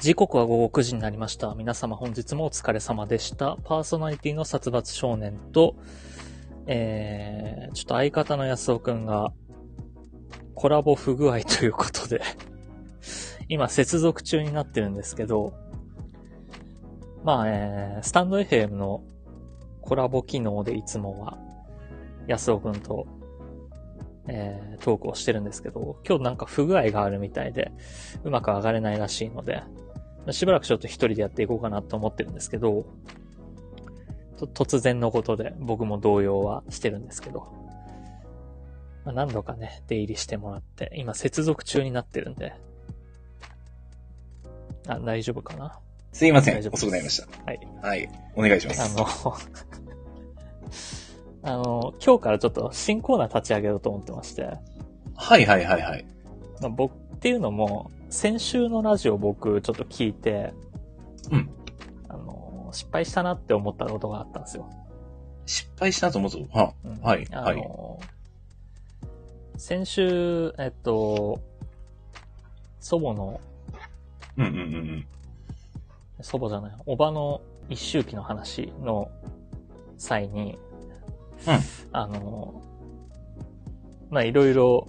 時刻は午後9時になりました。皆様本日もお疲れ様でした。パーソナリティの殺伐少年と、えー、ちょっと相方の安尾くんが、コラボ不具合ということで、 今接続中になってるんですけど、まあ、えー、スタンド FM のコラボ機能でいつもは、安尾くんと、えー、トークをしてるんですけど、今日なんか不具合があるみたいで、うまく上がれないらしいので、しばらくちょっと一人でやっていこうかなと思ってるんですけど、と突然のことで僕も動揺はしてるんですけど、まあ、何度かね、出入りしてもらって、今接続中になってるんで、あ、大丈夫かなすいませ大ん丈夫。です遅くなりました。はい。はい。お願いしまあす。の、あの、 今日からちょっと新コーナー立ち上げようと思ってまして、はいはいはいはい。まあ僕っていうのも、先週のラジオ僕ちょっと聞いて、うんあの、失敗したなって思ったことがあったんですよ。失敗したと思うぞ。はうんはいあの、はい先週、えっと、祖母の、うんうんうんうん。祖母じゃない、おばの一周期の話の際に、うんあの、まあ、いろいろ、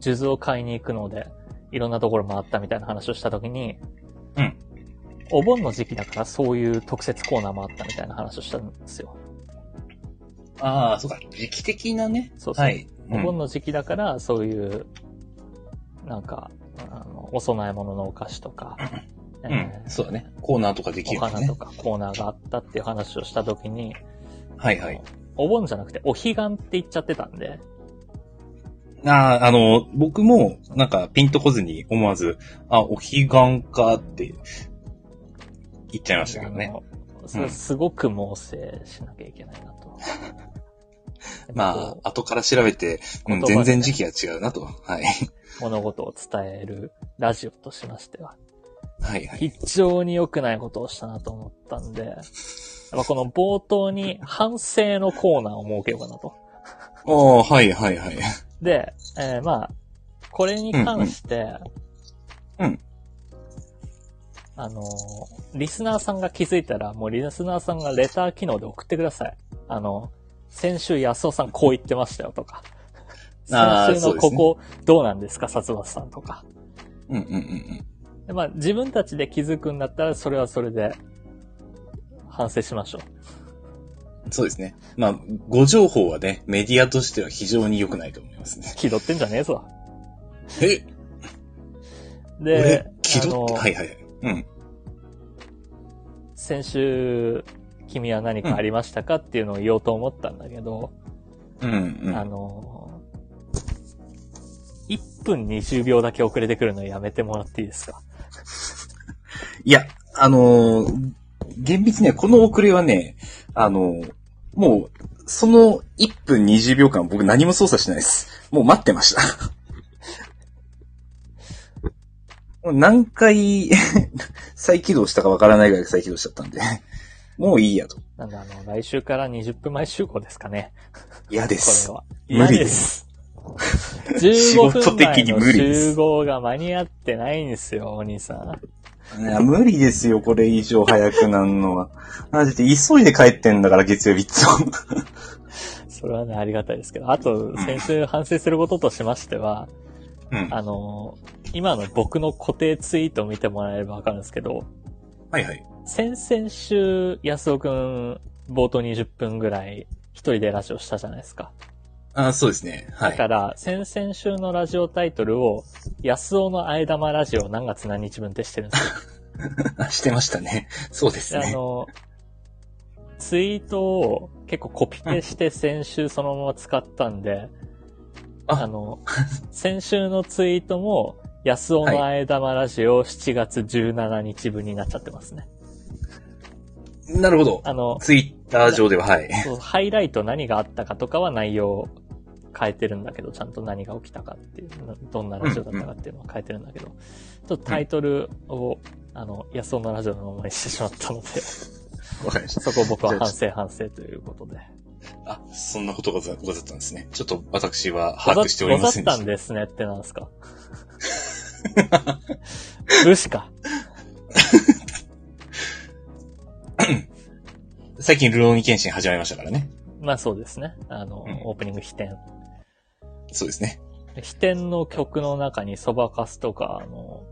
数珠を買いに行くので、いろんなところ回ったみたいな話をしたときに、うんお盆の時期だからそういう特設コーナーもあったみたいな話をしたんですよ。ああ、そうか。時期的なね。そうそう。はい。おうん盆の時期だから、そういう、なんか、あの、お供え物のお菓子とか、うえん。ーそうだね。コーナーとかできおるもん花ねと。かコーナーがあったっていう話をしたときに、はいはい。お盆じゃなくてお彼岸って言っちゃってたんで、ああ、あの、僕も、なんか、ピンとこずに思わず、あ、お彼岸かって、言っちゃいましたけどね。あのすうんすごく猛省しなきゃいけないなと。 まこうあ、後から調べて、う言ん、葉でね全然時期が違うなと。はい。物事を伝えるラジオとしましては、はいはい。非常に良くないことをしたなと思ったんで、やっぱこの冒頭に反省のコーナーを設けようかなと。ああ、はいはいはい。で、えーまあ、これに関して、うんうんうんあのーリスナーさんが気づいたら、もうリスナーさんがレター機能で送ってください。あの、先週安尾さんこう言ってましたよとか、 あー先週のここどうなんですか、殺伐さんとか。うんうんうんうん。でまあ、自分たちで気づくんだったら、それはそれで反省しましょう。そうですね。まあ、ご情報はね、メディアとしては非常に良くないと思いますね。気取ってんじゃねえぞ。え、で俺、、気取あのって、ーはいはいはい。うん。先週、君は何かありましたかっていうのを言おうと思ったんだけど、うんうん。ああのー、1分20秒だけ遅れてくるのやめてもらっていいですかいや、あのー厳密にはこの遅れはね、あのーもう、その1分20秒間僕何も操作してないです。もう待ってました。 もう何回 再起動したかわからないぐらい再起動しちゃったんで、もういいやと。なんであの、来週から20分前集合ですかね嫌でこすれ。は。無理で嫌す。です。15分前仕事的に無理のです集合が間に合ってないんですよ、お兄さん。いや、無理ですよ、これ以上早くなるのは。マジで急いで帰ってんだから、月曜日いつも。それはね、ありがたいですけど。あと、先週反省することとしましては、うん。あのー、今の僕の固定ツイートを見てもらえればわかるんですけど、はいはい。先々週、安尾くん、冒頭20分ぐらい、一人でラジオしたじゃないですか。あそうですね。はだかい。ら、先々週のラジオタイトルを、安尾のあえ玉ラジオ何月何日分ってしてるんですよ してましたね。そうですであね。の、ツイートを結構コピペして先週そのまま使ったんで、ああの、先週のツイートも、安尾のあえ玉ラジオ7月17日分になっちゃってますね。なるほど。あの、ツイッター上では、はい。そうハイライト何があったかとかは内容を変えてるんだけど、ちゃんと何が起きたかっていう、などんなラジオだったかっていうのは変えてるんだけど、ちょっとタイトルを、あの、安尾のラジオのままにしてしまったので、 わかりましそた。こ僕はじゃあ反省反省ということで。あ、そんなことがざござったんですね。ちょっと私はござ把握しておりませんでござっ したんた。ですねってなんですか武士か。最近、ルローニケンシン始まりましたからね。まあそうですね。あの、うんオープニング飛天。そうですね。飛天の曲の中にそばかすとか、あの、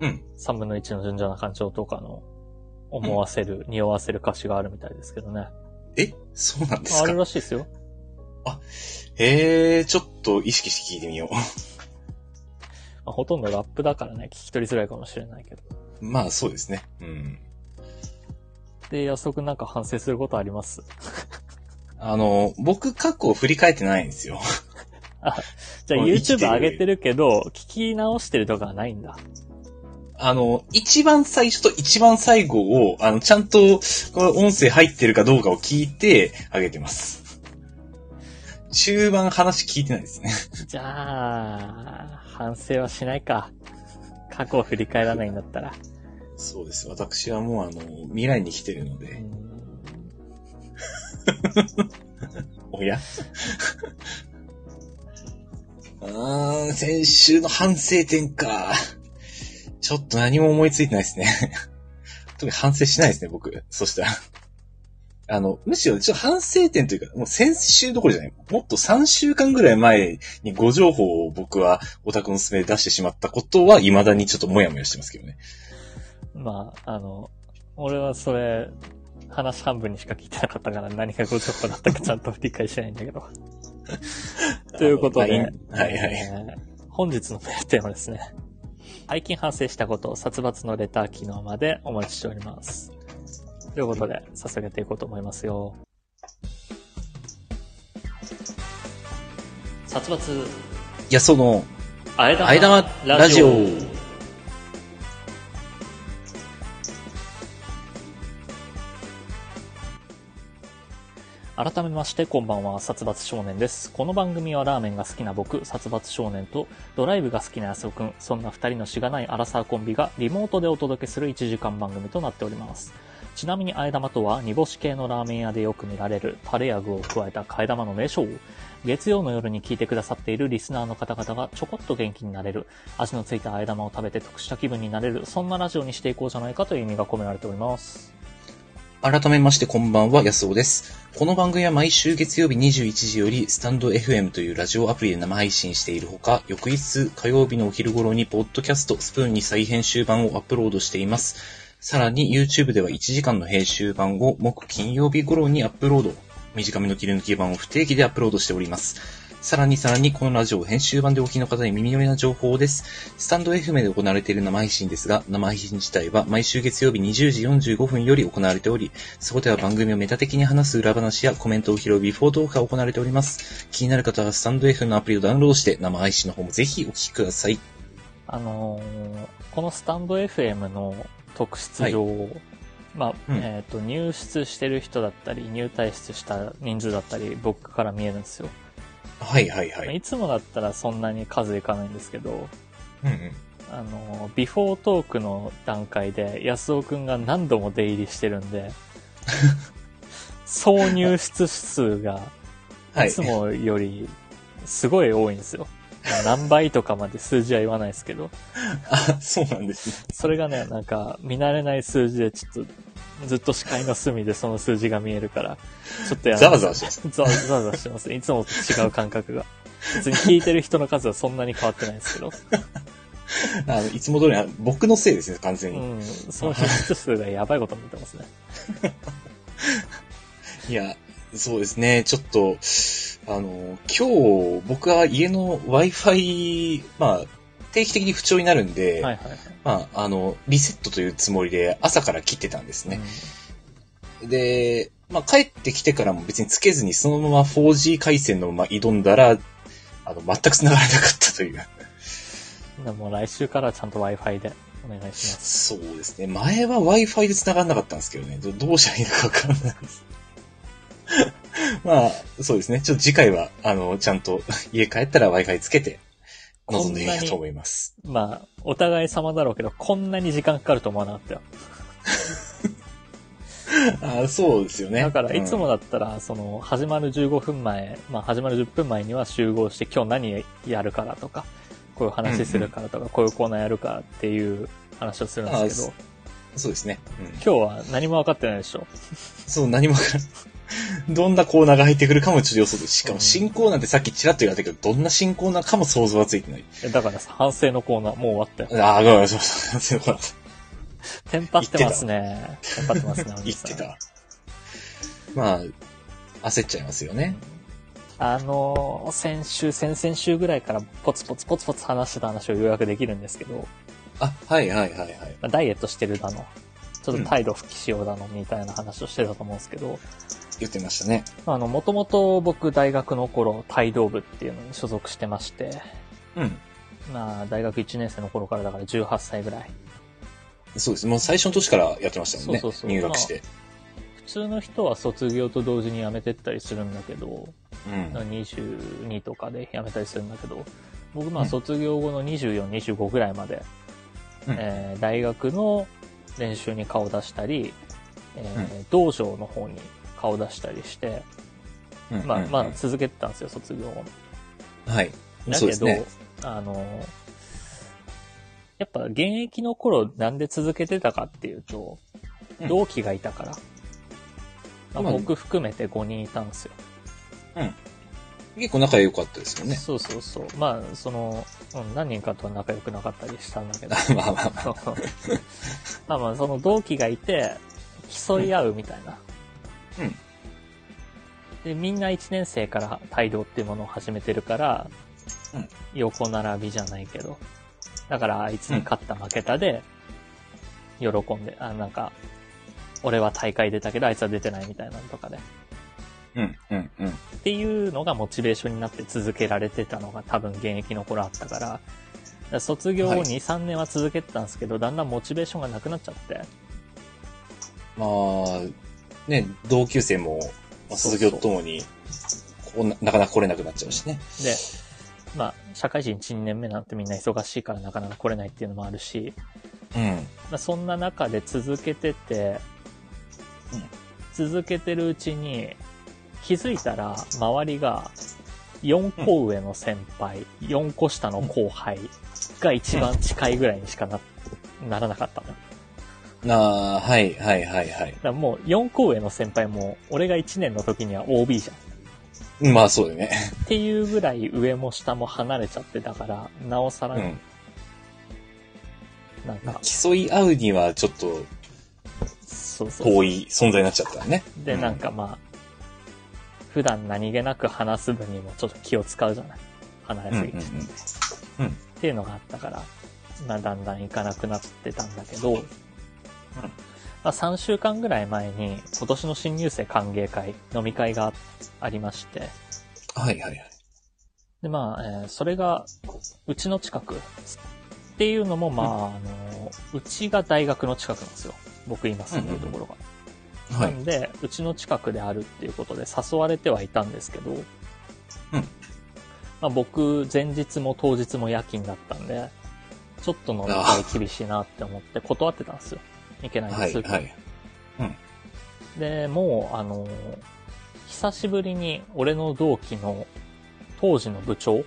うん。 3分の1の純情な感情とかの、思わせる、匂わせる歌詞があるみたいですけどね。えそうなんですあるからしいですよ。へえ、ちょっと意識して聞いてみよう。まあ、ほとんどラップだからね、聞き取りづらいかもしれないけど。まあ、そう ですね。うん。で、安尾くんなんか反省することありますあの、僕、過去を振り返ってないんですよ。じゃああ生き YouTube てる上げてるけど、聞き直してるとかはないんだ。あの、一番最初と一番最後を、あの、ちゃんと、この音声入ってるかどうかを聞いて、あげてます。中盤話聞いてないですね。じゃあ、反省はしないか。過去を振り返らないんだったら。そうです。私はもう、あの、未来に来てるのうで、んお やうーん、先週の反省点か。ちょっと何も思いついてないですね。特に反省しないですね、僕。そしたら。あの、むしろ、ちょっと反省点というか、もう先週どころじゃない。もっと3週間ぐらい前にご情報を僕はオタクのすすめで出してしまったことは、未だにちょっともやもやしてますけどね。まあ、あの、俺はそれ、話半分にしか聞いてなかったから何がご情報だったかちゃんと理解してないんだけど。ということで、あのはいはい。えー本日のメールテーマですね。最近反省したこと、殺伐のレター機能までお待ちしております。ということで、早速やっていこうと思いますよ。殺伐、いや、その、あえだあえ玉ラジオ。改めまして、こんばんは、殺伐少年です。この番組はラーメンが好きな僕、殺伐少年と、ドライブが好きな安尾くん、そんな二人のしがないアラサーコンビが、リモートでお届けする1時間番組となっております。ちなみに、あえ玉とは、煮干し系のラーメン屋でよく見られる、タレや具を加えた替え玉の名称。月曜の夜に聞いてくださっているリスナーの方々がちょこっと元気になれる、味のついたあえ玉を食べて得した気分になれる、そんなラジオにしていこうじゃないかという意味が込められております。改めましてこんばんは、安尾です。この番組は毎週月曜日21時より、スタンド FM というラジオアプリで生配信しているほか、翌日火曜日のお昼頃に、ポッドキャストスプーンに再編集版をアップロードしています。さらに YouTube では1時間の編集版を木金曜日頃にアップロード。短めの切り抜き版を不定期でアップロードしております。さらにさらに、このラジオを編集版でお聞きの方に耳寄りな情報です。スタンド FM で行われている生配信ですが、生配信自体は毎週月曜日20時45分より行われており、そこでは番組をメタ的に話す裏話やコメントを拾うビフォートークが行われております。気になる方はスタンド FM のアプリをダウンロードして、生配信の方もぜひお聞きください。あのーこのスタンド FM の特質上、まあ、うんえっ、と、入室してる人だったり、入退室した人数だったり、僕から見えるんですよ。、はいはいはいい。つもだったらそんなに数いかないんですけど、うんうん。あのービフォートークの段階で、安尾くんが何度も出入りしてるん で、挿入室数が、はいいつ。もよりすごい多いんですよ。何倍とかまで数字は言わないですけど、あ、 そうなんですね。それがね、なんか見慣れない数字でちょっとずっと視界の隅でその数字が見えるから、ちょっとやざわざわしてます。ざわざわざわしてますね。いつもと違う感覚が。別に聞いてる人の数はそんなに変わってないんですけど、あの、いつも通り、あ僕のせいですね、完全うに。ん、その品質数がやばいことになってますね。いや、そうですね。ちょっと、あの、今日、僕は家の Wi-Fi、まあ、定期的に不調になるんで、はいはいはい。まあ、あの、リセットというつもりで朝から切ってたんですね。で、まあ、帰ってきてからも別につけずにそのまま 4G 回線のまま挑んだら、あの、全く繋がらなかったという。うん、でもう来週からはちゃんと Wi-Fi でお願いします。そうですね。前は Wi-Fi で繋がらなかったんですけどね。どどうしたらいいのかわかんないです。 まあ、そうですね。ちょっと次回は、あの、ちゃんと家帰ったら Wi-Fi つけて、臨んでいいなと思います。まあ、お互い様だろうけど、こんなに時間かかると思わなかったよ。 あそうですよね。だから、いつうんもだったら、その、始まる15分前、まあ、始まる10分前には集合して、今日何やるからとか、こういう話するからとか、こういうコーナーやるからっていう話をするんですけど、そうですね。うん。今日は何も分かってないでしょ。そう、何もわからん。どんなコーナーが入ってくるかもちょっと予想でしかも新コーナーってさっきちらっと言われたけど、どんな新コーナーかも想像はついてない。えだからさ、反省のコーナー、もう終わったよ。ああ、ごめんなさい。ごめんなさテンパってますね。テンパってます ね、おいじ言っさんてた。まあ、焦っちゃいますよね。あのー先週、先々週ぐらいからポツポツポツポツ話してた話を要約できるんですけど、あ、はいはいはいはい。まあダイエットしてるだの、ちょっと態度復帰しようだの、みたいな話をしてたと思うんですけど、言ってましたね。あの、もともと僕大学の頃、帯同部っていうのに所属してまして、うん。まあ、大学1年生の頃からだから18歳ぐらい。そうです。もう最初の年からやってましたもんね。そうそうそう入学して。普通の人は卒業と同時に辞めてったりするんだけど、うん。 22とかで辞めたりするんだけど、僕まあうん卒業後の24、25ぐらいまで、うんえー大学の練習に顔出したり、えー道場の方に顔出したりして、うんまあ、まうあん続けてたんですよ、卒業後も。はい。だそけうですど、ね。あの、やっぱ現役の頃なんで続けてたかっていうとう、ん同期がいたから。まあまあ僕含めて5人いたんですよ。結構仲良かったですよね。 そうそうそう。まあ、その、うん何人かとは仲良くなかったりしたんだけど。まあまあまあ。そうそうまあまあ、その同期がいて、競い合うみたいな。うん。で、みんな1年生から帯同っていうものを始めてるから、うん横並びじゃないけど。だから、あいつに勝った負けたで、喜んで、あ、なんか、俺は大会出たけど、あいつは出てないみたいなのとかで。うん、うん、うん。っていうのがモチベーションになって続けられてたのが多分現役の頃あったから、だから卒業後2、はい3年は続けてたんですけど、だんだんモチベーションがなくなっちゃって。まあ、ね、同級生も、まあ、そうそう卒業とともに、ここななかなか来れなくなっちゃうしね。で、まあ、社会人1、2年目なんてみんな忙しいからなかなか来れないっていうのもあるし、うん。まあ、そんな中で続けてて、うん続けてるうちに、気づいたら周りが4個上の先輩、4個下の後輩が一番近いぐらいにしかな、ならなかったの。だかああ、はい、はい、はい、はい。らもう4個上の先輩も、俺が1年の時には OB じゃん。まあ、そうだよね。っていうぐらい上も下も離れちゃってたから、なおさら、うん。なんか、競い合うには、ちょっと、そうそうそう遠い存在になっちゃったね。で、うなん。かまあ、普段何気なく話す分にもちょっと気を使うじゃない離れうん、うすん、うぎて、っん。ていうのがあったから、まあだんだん行かなくなってたんだけど、まあ3週間ぐらい前に今年の新入生歓迎会、飲み会がありまして、はい、はい、はい。でまあ、えーそれがうちの近くっていうのもまあ、あの、うちが大学の近くなんですよ。僕今住んでるところが。なは。いんで、うちの近くであるっていうことで誘われてはいたんですけど、まあ、僕、前日も当日も夜勤だったんで、ちょっと飲み会厳しいなって思って断ってたんですよ。いけないはです、い、はい。で、もう、あのー久しぶりに俺の同期の当時の部長、うん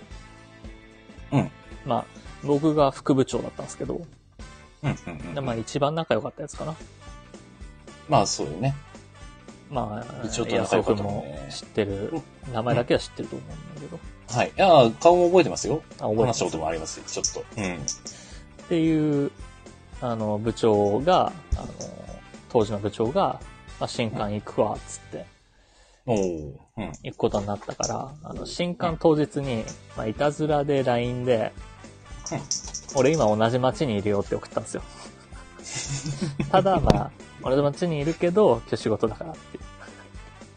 まあ、僕が副部長だったんですけど、うん、うん、でうん。まあ一番仲良かったやつかな。まあ、そうだよね。まあ、部長と安仲良か尾った君もんねも知ってる、名前だけは知ってると思うんだけど、はい。いや、顔も覚えてますよ。あ、覚えてま話しすたこともありますよちょっと。うん。っていう、あの、部長が、あの、当時の部長が、まあ、新刊行くわ、つって、おー。うん。行くことになったから、あの、新刊当日に、まあ、いたずらで LINE でうん、俺今同じ町にいるよって送ったん ですよ。ただ、まあ、同じ町にいるけど、今日仕事だからって。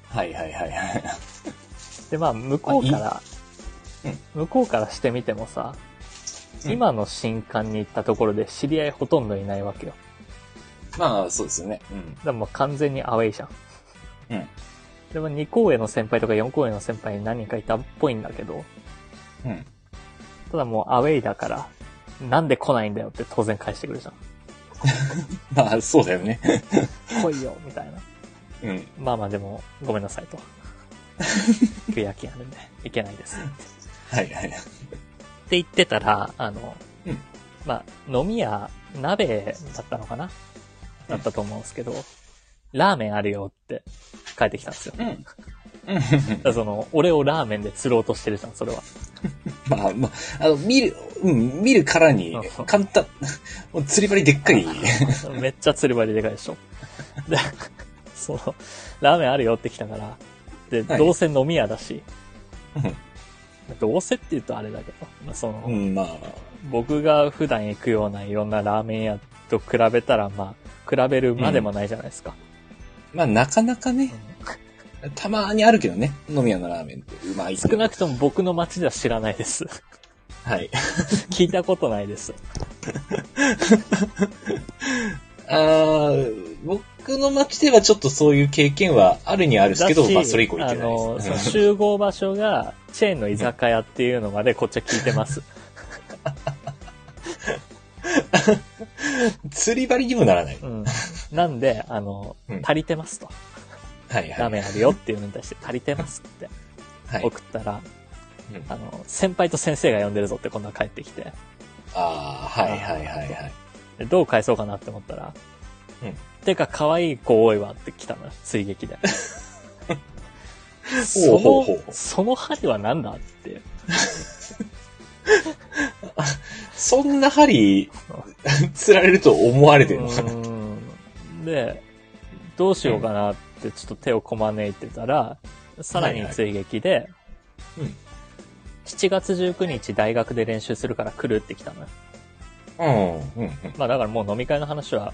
はい、はい、はい、はい。 で、まあ、向こうからいいうん、向こうからしてみてもさ、うん今の新刊に行ったところで知り合いほとんどいないわけよ。まあ、そうですよね。うん。だからもう完全にアウェイじゃん。うん。でも2校への先輩とか4校への先輩に何人かいたっぽいんだけど、うん。ただもうアウェイだから、なんで来ないんだよって当然返してくるじゃん。まあ、そうだよね。来いよ、みたいな。うん。まあまあでも、ごめんなさい と。今日夜勤あるんで、いけないです。ってはい、はい。言ってたら、あの、うんまあ、飲み屋、鍋だったのかなだったと思うんですけど、ラーメンあるよって帰ってきたんですよ。だうん。からその、俺をラーメンで釣ろうとしてるじゃん、それは。まあまあ、あの、見る、うん、見るからにそうそう、簡単、もう釣り針でっかい。 めっちゃ釣り針でかいでし ょ。で、その、ラーメンあるよって来たから、で、はいどうせ飲み屋だし、うんどうせって言うとあれだけど、まあその、うん、まあ、僕が普段行くようないろんなラーメン屋と比べたら、まあ、比べるまでもないじゃないですか。まあ、なかなかね、たまにあるけどね、飲み屋のラーメンって。うまい。少なくとも僕の街では知らないです。 はい。聞いたことないです。あー僕の街ではちょっとそういう経験はあるにはあるんですけど、まあ、それ以降行ってないあの、ですその。集合場所が、チェーンの居酒屋っていうのまでこっちは聞いてます。うん釣り針にもならない。うん。なんで、あのうん、足りてますと。はいはい。ラーメンあるよっていうのに対して足りてますってはい。送ったら、うんあの、先輩と先生が呼んでるぞってこんな返ってきて、あーはいはいはいはい。でどう返そうかなって思ったら、うんてか可愛い子多いわって来たのよ、追撃 で。そほうのほうほうその針は何だって。そん な針、釣られると思われてるのうーんで、どうしようかなってちょっと手をこまねいてたら、さらに追撃で、うん7月19日大学で練習するから来るって来たのよ。うん。うん。まあだからもう飲み会の話は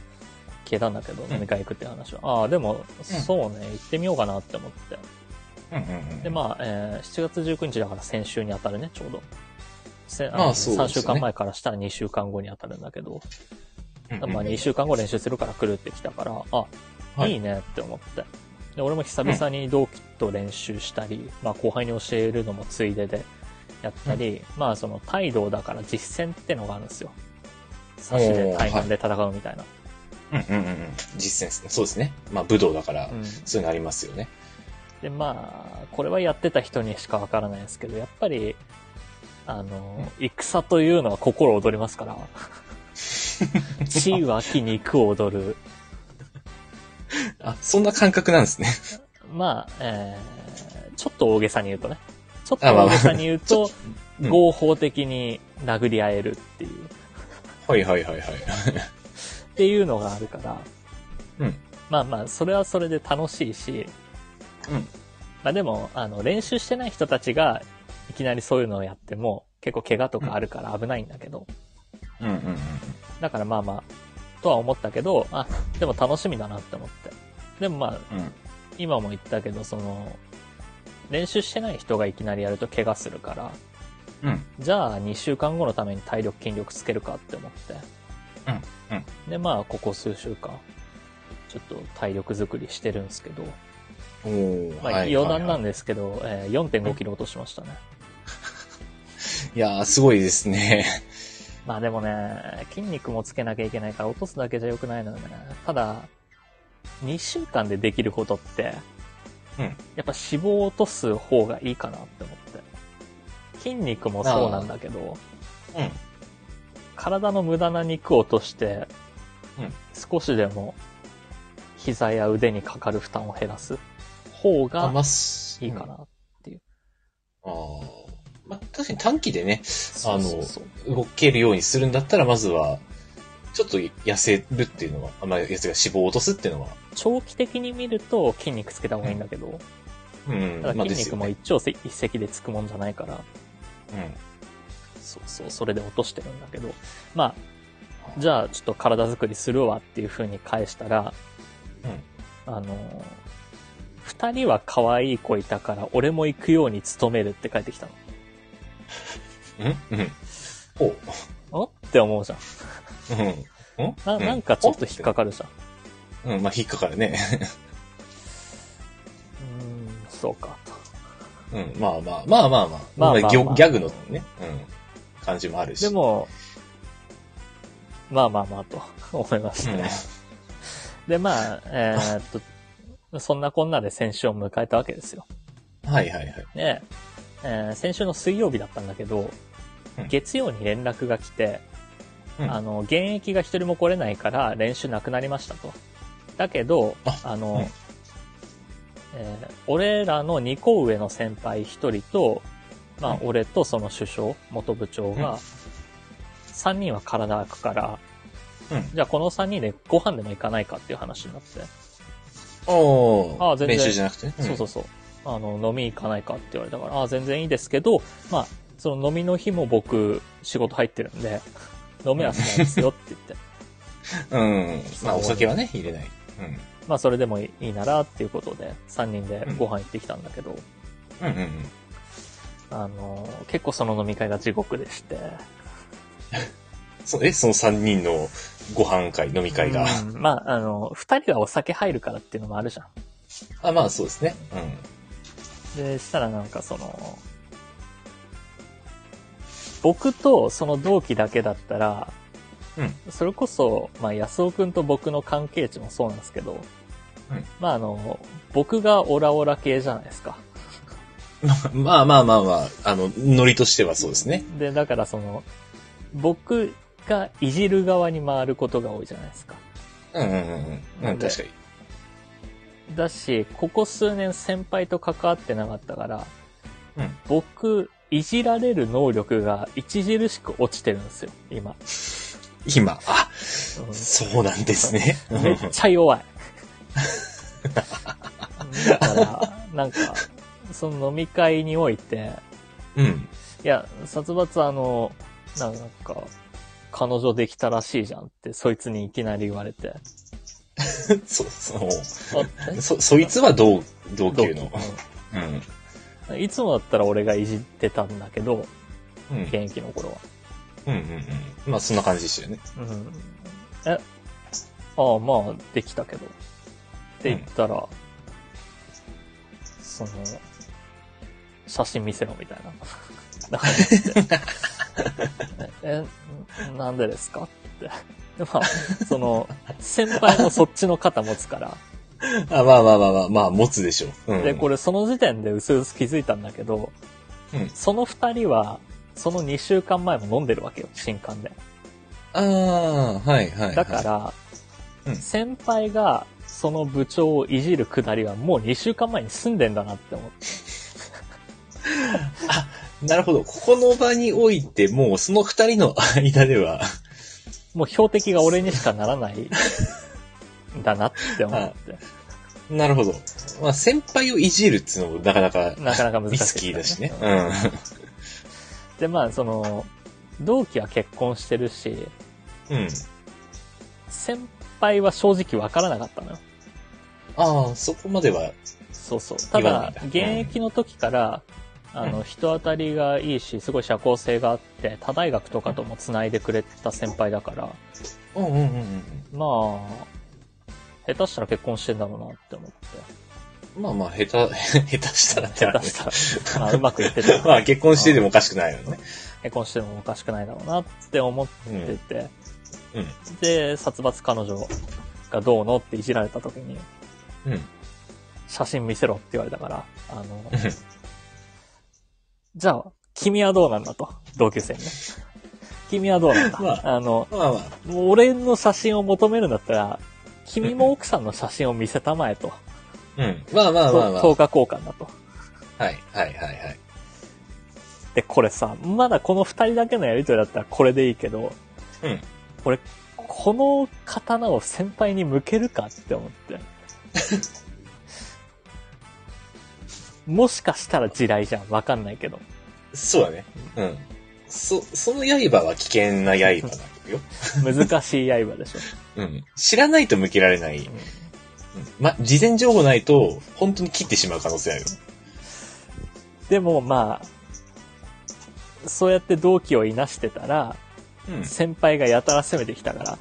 消えたんだけど、うん飲み会行くって話は。ああ、でも、そうね、行ってみようかなって思って。うん。で、まあ、えー7月19日だから先週に当たるね、ちょうど。せまあのそうです3よね週間前からしたら2週間後に当たるんだけど、うんうんまあ2週間後練習するから来るって来たから、あ、はいいいねって思って。で、俺も久々に同期と練習したり、まあ後輩に教えるのもついででやったり、まあその態度だから実践ってのがあるんですよ。差しで対面で戦うみたいな。うんうんうんうん。実践ですね。そうですね。まあ、武道だから、うんそういうのありますよね。で、まあ、これはやってた人にしかわからないですけど、やっぱり、あの、戦というのは心躍りますから。地はき肉を踊る。あ、そんな感覚なんですね。まあ、えー、ちょっと大げさに言うとね。ちょっと大げさに言うと、うん合法的に殴り合えるっていう、っはいはいはいはい。ていうのがあるから、うん。まあまあ、それはそれで楽しいし、うん。まあでも、あの、練習してない人たちが、いきなりそういうのをやっても、結構怪我とかあるから危ないんだけど、うんうんうん。だからまあまあ、とは思ったけど、あ、でも楽しみだなって思って。でもまあ、うん。今も言ったけど、その、練習してない人がいきなりやると怪我するから、うん。じゃあ2週間後のために体力筋力つけるかって思って。うんうんで、まあ、ここ数週間、ちょっと体力作りしてるんですけど、おーまあ、はい余談なはいんですけど、えー4.5キロ落としましたね。いやー、すごいですね。まあでもね、筋肉もつけなきゃいけないから落とすだけじゃ良くないのよね。ただ、2週間でできることって、うんやっぱ脂肪を落とす方がいいかなって思って。筋肉もそうなんだけど、うん。体の無駄な肉を落として、うん少しでも膝や腕にかかる負担を減らす方あ、がまあ、すいいかな。うんあーまあ、確かに短期でね、そうそうそう動けるようにするんだったら、まずは、ちょっと痩せるっていうのは、あまあ、痩せが脂肪を落とすっていうのは、長期的に見ると筋肉つけた方がいいんだけど、うん。ただで筋す肉よもね一朝一夕でつくもんじゃないから、うん。そうそう、それで落としてるんだけど、まあ、じゃあちょっと体作りするわっていう風に返したら、あの、二人は可愛い子いたから俺も行くように努めるって返ってきたうん。うん。おう。の。んって思うじゃん。うん。んな、なんかちょっと引っかかるじゃん。うん、まあ、引っかかるね。うーん、そうか。うん、まあまあ、まあままあまあ、まああ、まあまあギョギャグのね、うん、感じもあるし。でも、まあまあまあと思いましうたん、ね。で、まあ、えーっと、そんなこんなで先週を迎えたわけですよ。はいはいはい。で、えー先週の水曜日だったんだけどう、ん月曜に連絡が来て、うんあの、現役が一人も来れないから練習なくなりましたと。だけど、ああの、うんえー俺らの2個上の先輩一人と、まあ、う俺とその首相、元部長うんが、3人は体空くから、うんじゃあこの3人でご飯でも行かないかっていう話になって、おあー全然練習じゃなくてね。そうそううそう。あの、飲み行かないかって言われたから、あ全然いいですけど、まあ、その飲みの日も僕、仕事入ってるんで、 飲めはしないですよって言って。ん。うん。まあ、お酒はね、入れない。まあ、それでもいいならっていうことで、3人でご飯行ってきたんだけど、うん。うんうんうん。あの、結構その飲み会が地獄でして。そう、え、その3人のご飯会、飲み会が。うんまあ、あの、2人がお酒入るからっていうのもあるじゃん。あ、まあ、そうですね。うん。で、したらなんかその、僕とその同期だけだったら、うんそれこそ、まあ、安尾くんと僕の関係値もそうなんですけど、うんまあ、あの、僕がオラオラ系じゃないですか。まあまあまあまあ、あの、ノリとしてはそうですね。で、だからその、僕がいじる側に回ることが多いじゃないですか。うんうんうんうん。うん、確かに。だし、ここ数年先輩と関わってなかったから、うん僕、いじられる能力が著しく落ちてるんですよ、今。今、あ、うんそうなんです ね。めっちゃ弱 い。だから、なんか、その飲み会において、うん。いや、殺伐あの、なんか、彼女できたらしいじゃんって、そいつにいきなり言われて。そ、そう。あえそ、そいつは同、同同級期の。うん。うんいつもだったら俺がいじってたんだけど、うん。うん現役の頃は。うんうん。まあ、そんな感じでしたよね。うん。え、ああ、まあ、できたけど。って言ったら、その、写真見せろみたいな。 なんか言ってえ、えなんでですかって。でまあ、その、先輩のそっちの肩持つから。あ、まあまあまあまあ、まあ、持つでしょう。うん。で、これその時点で薄々気づいたんだけど、うんその二人は、その2週間前も飲んでるわけよ、新刊で。ああ、はいはい、はい。だから、うん先輩がその部長をいじるくだりはもう2週間前に済んでんだなって思って。なるほど。ここの場において、もうその二人の間では、 もう標的が俺にしかならないんだなって思 って。なるほど。まあ、先輩をいじるっていうのもなかなか、なかなか難しいリですスキよ、ーだしね。うんうで、まあ、その、同期は結婚してるし、ん。うん。先輩は正直わからなかったのよ。ああ、そこまでは、そうそう。た言わないだんだ、現役の時から、あうの、人当たりがいいし、すごい社交性があって、他大学とかとも繋いでくれた先輩だから、うんうんうんうんまあ、下手したら結婚してんだろうなって思って。うん。まあまあ、下手、 下手したらってあ下る手ねしたら、まあ、うまくいってた まあ、結婚しててもおかしくないよね。結婚してもおかしくないだろうなって思ってて、うん。うんで、殺伐彼女がどうのっていじられた時に、うん。写真見せろって言われたから、あの、じゃあ、君はどうなんだと、同級生にね。君はどうなんだ、まああの、まあまあ、もう俺の写真を求めるんだったら、君も奥さんの写真を見せたまえと。うん。まあまあまあまあ。 10日交換だと。はい、はい、はい、はい。で、これさ、まだこの二人だけのやりとりだったらこれでいいけど、うん俺、この刀を先輩に向けるかって思っ て。もしかしたら地雷じゃん。わかんないけど。そうだね。うん。そ、その刃は危険な刃だよ。難しい刃 でしょ。うん。知らないと向けられない。うんま、事前情報ないと、本当に切ってしまう可能性あるよ。でも、まあ、そうやって同期をいなしてたら、うん先輩がやたら攻めてきたから、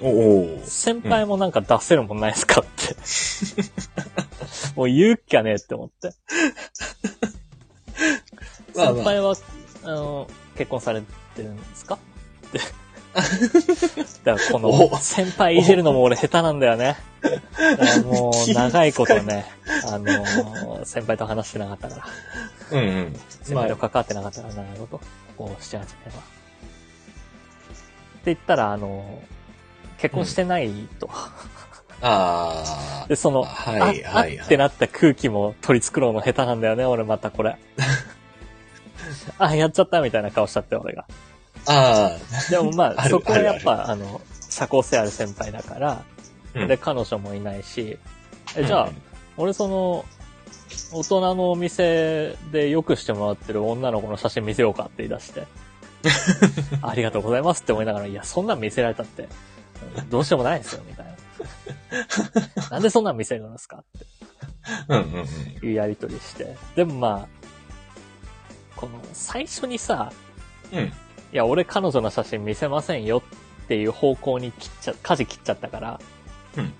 おおー先輩もなんか出せるもんないですか って。もう言うっきゃねえって思って。まあま先あ輩は、あの、結婚されてるんです かって。だからこの、お先輩いじるのも俺下手なんだよね。だからもう、長いこと ね、あの、先輩と話してなかったから、うんうん。先ま輩とあ、関わってなかったから、長いこと、こう、7、8年は。言ったら、あの、結婚してないと。あで、そあ。の、はあい、はい、あっはてい。なった空気も取り繕うの下手なんだよね、俺またこれ。あ、やっちゃったみたいな顔しちゃって、俺が。あ でもまあ、あるそこはやっあるぱ、あの、社交性ある先輩だから、あ。で、彼女もいないし、うえ、んじゃあ、、俺その、大人のお店でよくしてもらってる女の子の写真見せようかって言い出 して。ありがとうございますって思いながら、いや、そんなん見せられたって、うんどうしようもないですよ、みたい な。なんでそんなん見せるんですかうん、うん、うん。っていうやりとりして。でもまあ、この、最初にさ、うん。いや、俺彼女の写真見せませんよっていう方向に切っちゃ、舵切っちゃったから、うん。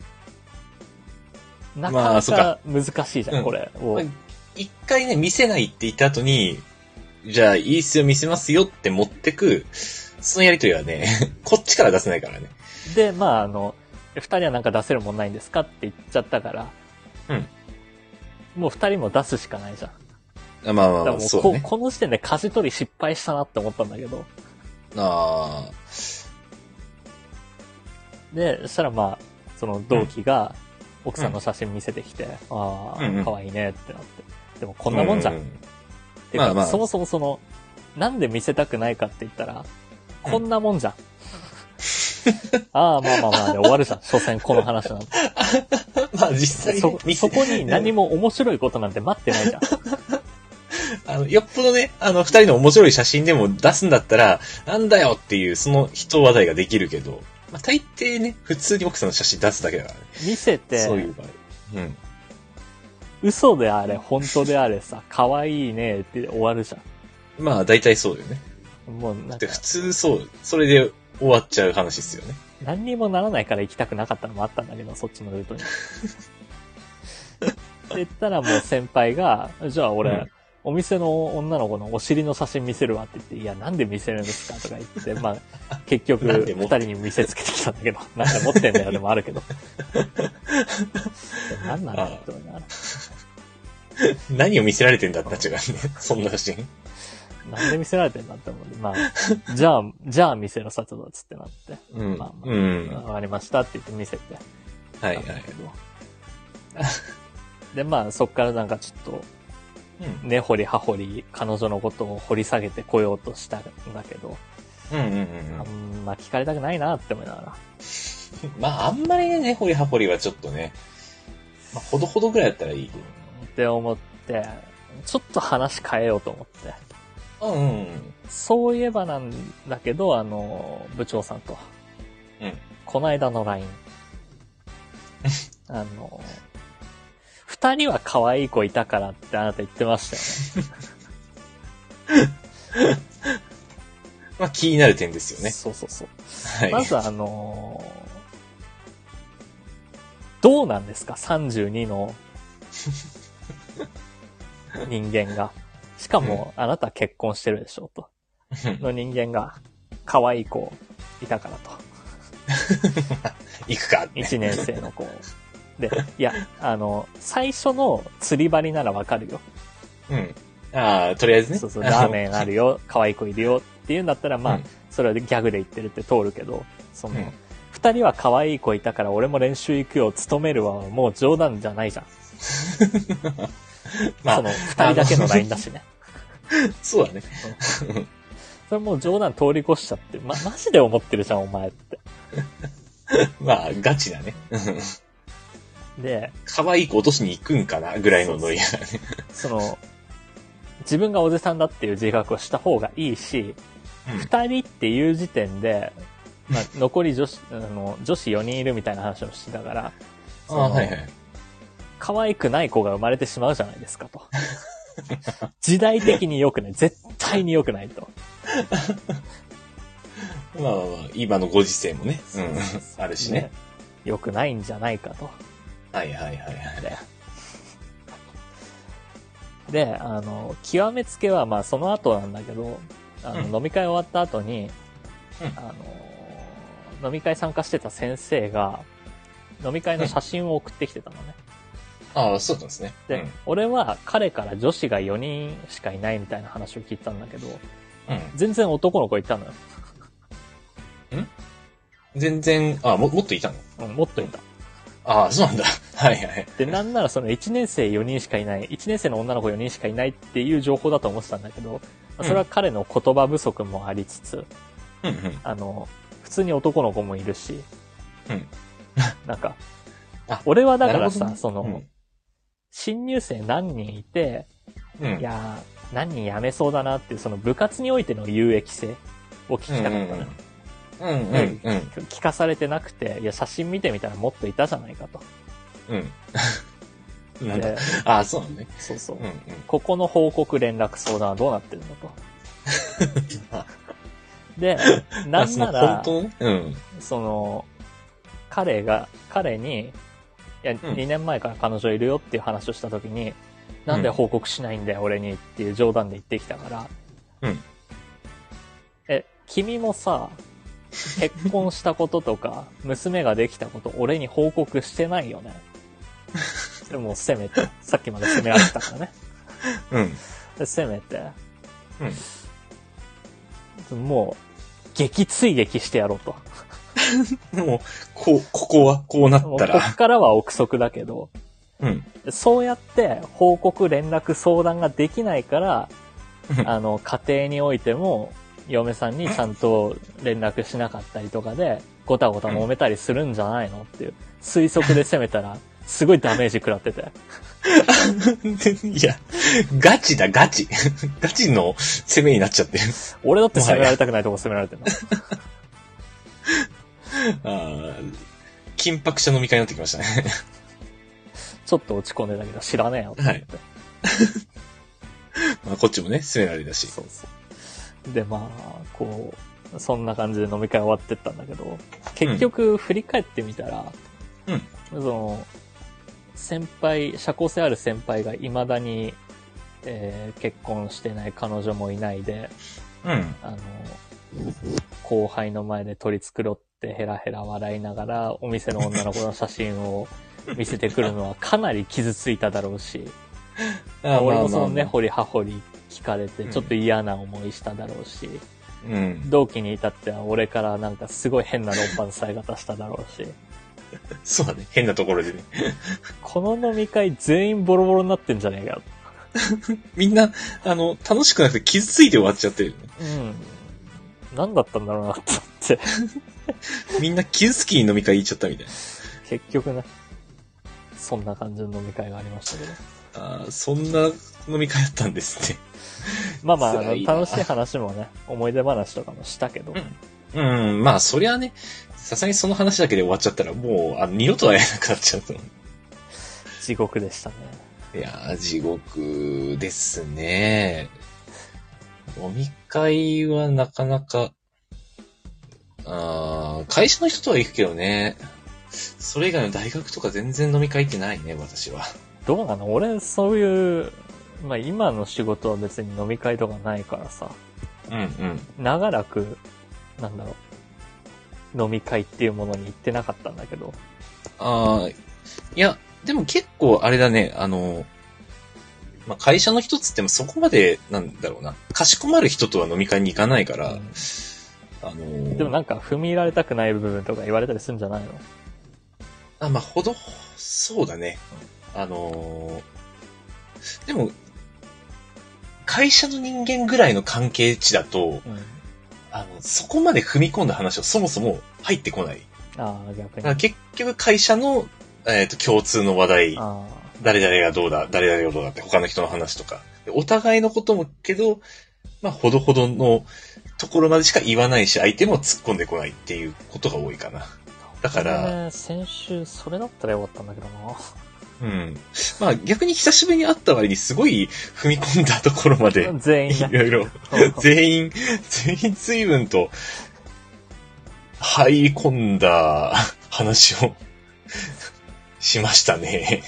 なかまあなそっかか難しいじゃん、うんこれ。をまあ一回ね、見せないって言った後に、じゃあ、いいっすよ、見せますよって持ってく、そのやりとりはね、 こっちから出せないからね。で、まあ、あの、二人はなんか出せるもんないんですかって言っちゃったから、うん。もう二人も出すしかないじゃん。あまあまだかあまらあ、もうそうこだね。この時点で舵取り失敗したなって思ったんだけど。あで、そしたらまあ、その同期が奥さんの写真見せてきて、あうんうあ、ん可愛いねってなって。でもあ。こんなもんじゃん。うてかまあまあそもそもその、なんで見せたくないかって言ったら、こんなもんじゃん。ああ、まあまあまあで終わ るじゃん。所詮この話なんて。 まあ、実際そ、見そせこに何も面白いことなんて待ってないじゃん。あの、よっぽどね、あの、二人の面白い写真でも出すんだったら、なんだよっていう、その人話題ができるけど、まあ、大抵ね、普通に奥さんの写真出すだけだからね。見せそういて、う場合。うん。嘘であれ、本当であれさ、可愛いねって終わるじゃまあ、大体そうだよね。ん。もうなんかで、普通そう、それで終わっちゃう話ですよね。何にもならないから行きたくなかったのもあったんだけど、そっちのルー トに。って言ったらもう先輩が、じゃあ俺、うんお店の女の子のお尻の写真見せるわって言って、いや、なんで見せるんですかとか言って、まあ、結局、なん二で持っ人に見せつけてきたんだけど、なんで持ってんだよでもあるけど。なんなのって思いながら何を見せられてんだってなっちゃうからね。そんな写真。なんで見せられてんだって思うんで、まあ、じゃあ、じゃあ見せろ、さつだっつってなって、うんまあま。あうん。わ、はかりましたって言って見せて。いはいなん。だけど で、まあ、そっからなんかちょっと、うん。根掘り葉掘り、彼女のことを掘り下げてこようとしたんだけど、うんうんあんま聞かれたくないなって思いながら。うん。まあ、あんまりね、根掘り葉掘りはちょっとね、まあ、ほどほどぐらいだったらいいけって思って、ちょっと話変えようと思って。ど。うんうんうん。そういえばなんだけど、あの、部長さんと。うん。この間の LINE。あの、二人は可愛い子いたからってあなた言ってましたよね。まあ、気になる点ですよね。そうそうそう。はい。まずあのーどうなんですか ?32 の人間が。しかも、あなた結婚してるでしょと。の人間が、可愛い子いたからと。 行くかって。 1年生の子。で、いや、あの、最初の釣り針ならわかるよ。うん。ああ、とりあえずね。そうそう、ラーメンあるよ、可愛い子いるよっていうんだったら、まあ、うんそれはギャグで言ってるって通るけど、そのうん、二、人は可愛い子いたから俺も練習行くよ、勤めるはもう冗談じゃないじゃん。まあその、二人だけのラインだし ね。そうだね。それもう冗談通り越しちゃって、ま、マジで思ってるじゃん、お前って。まあ、ガチだね。うんで、可愛い子落としに行くんかなぐらいのノリだね。その、自分がおじさんだっていう自覚をした方がいいし、二人っていう時点で、まあ、残り女子、 あの、女子4人いるみたいな話をしてたから、あそあ、のはいはい。可愛くない子が生まれてしまうじゃないですかと。時代的に良くない。絶対に良くないと。まあまあまあ、今のご時世もね。うそんうそうそ。う あるしねね。良くないんじゃないかと。はいはいはいはい。でで、あの、極めつけは、まあ、その後なんだけど、あの、うん飲み会終わった後に、うんあの、飲み会参加してた先生が、飲み会の写真を送ってきてたのね。ああ、そうだったんですね。で、俺は彼から女子が4人しかいないみたいな話を聞いたんだけど、うん。うん。全然男の子いたのよ。ん全然、あ、も、もっといたのうん、もっといた。ああ、そうなんだ。はいはい。で、なんならその1年生4人しかいない、1年生の女の子4人しかいないっていう情報だと思ってたんだけど、それは彼の言葉不足もありつつ、うんうん。あの、普通に男の子もいるし、うん。 なんかあ、俺はだからなさ、るほその、どね新入生何人いて、うん。うんいやー、何人辞めそうだなっていう、その部活においての有益性を聞きたかったのよ、うんうんうん。聞かされてなくて、いや、写真見てみたらもっといたじゃないかと。うん。な んだ。でああ、そうなのね。そうそう。うんうん。ここの報告連絡相談はどうなってるの と。あ で、あ、なんそなのら本、当ねうん。その、彼が、彼に、いや、2年前から彼女いるよっていう話をした時に、なんで報告しないんだよ、俺にっていう冗談で言ってきたから、うんえ、君もさ、結婚したこととか、 娘ができたこと、俺に報告してないよね。 でも、せめて、さっきまで責められてたからね。うん。でせめて、もう、激追撃してやろうと。でも、こう、ここは、こうなもっうたこっら、からは憶測だけど、うん。 そうやって報告、連絡、相談ができないから、うんあの、家庭においても、嫁さんにちゃんと連絡しなかったりとかで、ごたごた揉めたりするんじゃないのっていう、推測で攻めたら、すごいダメージ食らってて。いや、ガチだ、ガチ。 ガチの攻めになっち ゃってる。俺だって攻められたくないとこ攻められてるの。あー緊迫した飲み会になってきましたね。 ちょっと落ち込んでたけど、知らねえよってはい。まあ、こっちもね、攻められだし。そうそう。で、まあ、こう、そんな感じで飲み会終わってったんだけど、結局振り返ってみたら、うんその、先輩、社交性ある先輩が未だに、えー結婚してない彼女もいないで、うん。あの、後輩の前で取り繕ってヘラヘラ笑いながら、お店の女の子の写真を見せてくるのはかなり傷ついただろうし、あ俺もその根ね、掘り葉掘り聞かれて、ちょっと嫌な思いしただろうし、うん。同期に至っては俺からなんかすごい変な論破のされ方しただろうし、そうだね。変なところでね。この飲み会全員ボロボロになってんじゃねえか。みんな、あの、楽しくなくて傷ついて終わっちゃってるよね。うん。なんだったんだろうなって思って。みんな傷つきに飲み会行っちゃったみたいな。結局ね、そんな感じの飲み会がありましたけど。あーそんな飲み会だったんですね。まあまあ、あ辛のいな楽しい話もね、思い出話とかもしたけど、んうん、まあ、そりゃね、さすがにその話だけで終わっちゃったら、もう、あの二度と会えなくなっちゃうと思地獄でしたね。う。いやー、地獄ですね。飲み会はなかなか、あー会社の人とは行くけどね。それ以外の大学とか全然飲み会行ってないね、私は。どうなの俺、そういう、まあ今の仕事は別に飲み会とかないからさ、うんうん。長らく、なんだろう、飲み会っていうものに行ってなかったんだけど、ああ、いや、でも結構あれだね、あの、まあ、会社の人つってもそこまで、なんだろうな、かしこまる人とは飲み会に行かないかうら、んあの、でもなんか踏み入られたくない部分とか言われたりするんじゃないのあ、まあ、ほど、そうだね。あのーでも、会社の人間ぐらいの関係値だと、うん。あの、そこまで踏み込んだ話はそもそも入ってこない。ああ、逆だに。からあ結局会社の、えっ、と、共通の話題、あ誰々がどうだ、誰々がどうだって他の人の話とか。でお互いのこともけど、まあ、ほどほどのところまでしか言わないし、相手も突っ込んでこないっていうことが多いかな。だから、ね、先週それだったらよかったんだけどな。うん。まあ、逆に久しぶりに会った割にすごい踏み込んだところまで、全員いね。ろいろ、全員、全員随分と、入り込んだ話をしましたね。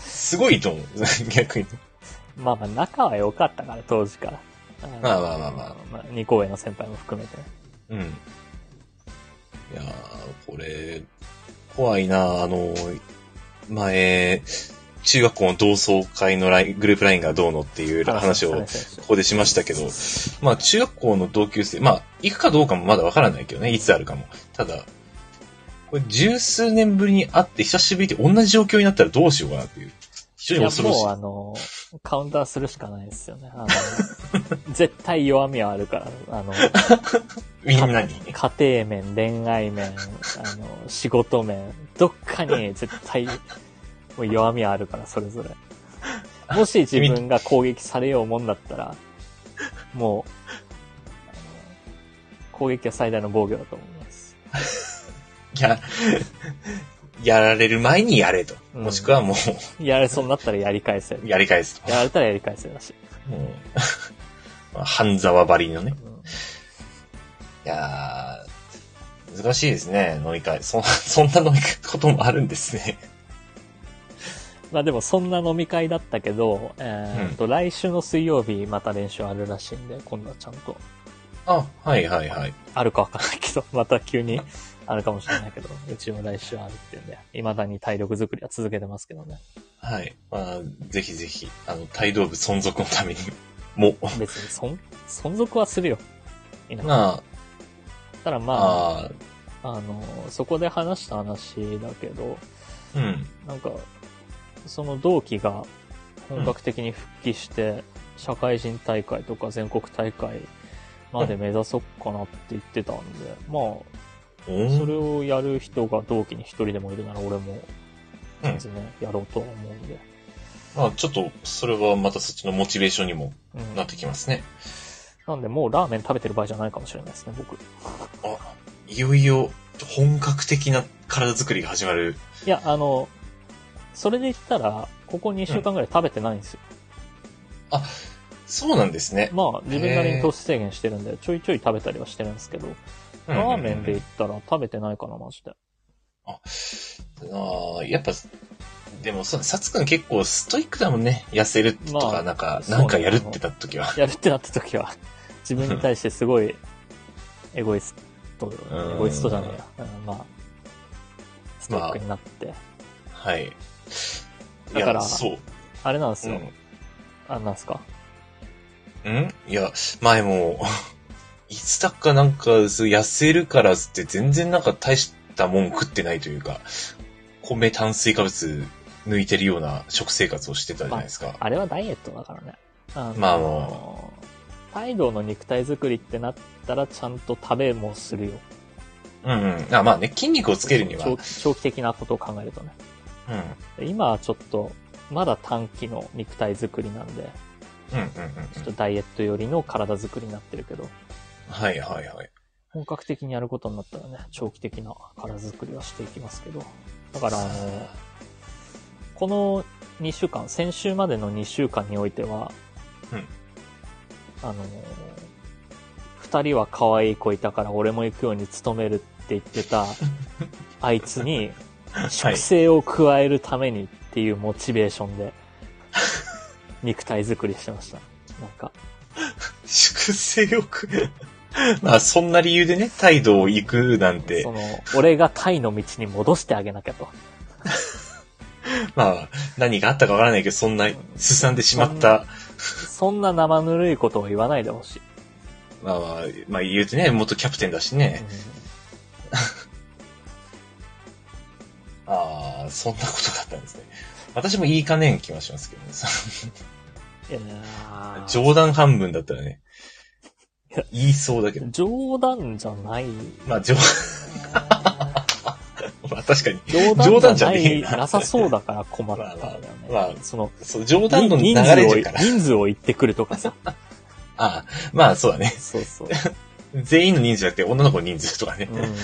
すごいと思う。逆に。 まあまあ仲は良かったから、当時から。のまあまあまあまあ。まあ、二公演の先輩も含めて。うん。いやー、これ、怖いなあの、前、中学校の同窓会のライングループラインがどうのっていう話を話こをしたねこでしましたけど、まあ中学校の同級生、まあ行くかどうかもまだわからないけどね、いつあるかも。ただ、これ十数年ぶりに会って久しぶりって同じ状況になったらどうしようかなっていう。非常いにや、恐ろしいもう。あの、カウンターするしかないですよね。あの、絶対弱みはあるから、あの、みんなに。家庭面、恋愛面、あの、仕事面、どっかに絶対、もう弱みはあるから、それぞれ。もし自分が攻撃されようもんだったら、もう、あの攻撃は最大の防御だと思います。や、やられる前にやれと。うんもしくはもやれそうになったらやり返せう、る。やり返すと。やられたらやり返せるらしい。 もう半沢ばりのね。うんいやー、難しいですね、飲み会。そん そんな飲み会こともあるんですね。まあでもそんな飲み会だったけど、えーっと、来週の水曜日また練習あるらしいんで、今度はちゃんと、 あ、はいはいはい。あるかわかんないけど、また急に あるかもしれないけど、うちも来週あるっていうんで、未だに体力作りは続けてますけどね。はい。まあ、ぜひぜひ、あの、帯同部存続のために、も、別にそん、存続はするよ。いなかっまたらあ、まああ、あの、そこで話した話だけど、ーうん。なんか、その同期が本格的に復帰して、社会人大会とか全国大会まで目指そっかなって言ってたんで、まうあ、んそれをやる人が同期に一人でもいるなら俺も、うん全然ね、やろうとは思うんで。まあ、ちょっと、それはまたそっちのモチベーションにもうんなってきますね。なんで、もうラーメン食べてる場合じゃないかもしれないですね、僕。いあ、いよいよ、本格的な体作りが始まる。や、あの、それで言ったら、ここ2週間ぐらい食べてないんですよ。そうなんですね。まあ、自分なりに糖質制限してるんで、ちょいちょい食べたりはしてるんですけど、ラーメンで言ったら食べてないかな、マジで。あ、あーやっぱ、でもそう、サツくん結構ストイックだもんね。痩せるとか、まあなんか、そうなんかやるってた時は。やるってなった時は、 自分に対してすごい、エゴイスト、エゴイストじゃねえや。うんまあ、ストイックになって。はい。だからいやそう。あれなんですうよ。ん。あ、なんですかうんいや、前も、 いつだかなんか、そう痩せるからっつって全然なんか大したもん食ってないというか、米炭水化物抜いてるような食生活をしてたじゃないですか。あれはダイエットだからね。あのまあも態度の肉体作りってなったらちゃんと食べもするよ。うんうん。あまあね、筋肉をつけるには。う長ん。長期的なことを考えるとね。今はちょっと、まだ短期の肉体作りなんで、うんうんうんうん。ちょっとダイエット寄りの体作りになってるけど、はいはいはい。本格的にやることになったらね、長期的な体作りはしていきますけど。だから、あの、この2週間、先週までの2週間においては、うんあの、二人は可愛い子いたから俺も行くように努めるって言って た、あいつに、は食い。性を加えるためにっていうモチベーション で、肉体作りしてました。なんか、粛清欲。 あ、そんな理由でね、態度を行くなんてそ、の、俺がタイの道に戻してあげなきゃと。まあ、何があったかわからないけど、そんな、すさんでしまった、そんな生ぬるいことを言わないでほしい。まあまあ、まあ言うてね、元キャプテンだしね。ああ、そんなことだったんですね。私もいいかねん気はしますけどね。そいやーの冗談半分だったらね、言いそうだけど。冗談じゃない。まあ、冗、 まあ確かに。冗談じゃな冗談じゃねえい。ななさ そうだから困ったんだよね。まあまあまあその、そう冗談の流人れ数を、じゃから。人数を言ってくるとかさ。ああ、まあ そうだね。そうそう。全員の人数じゃなくて、女の子の人数とかね。うん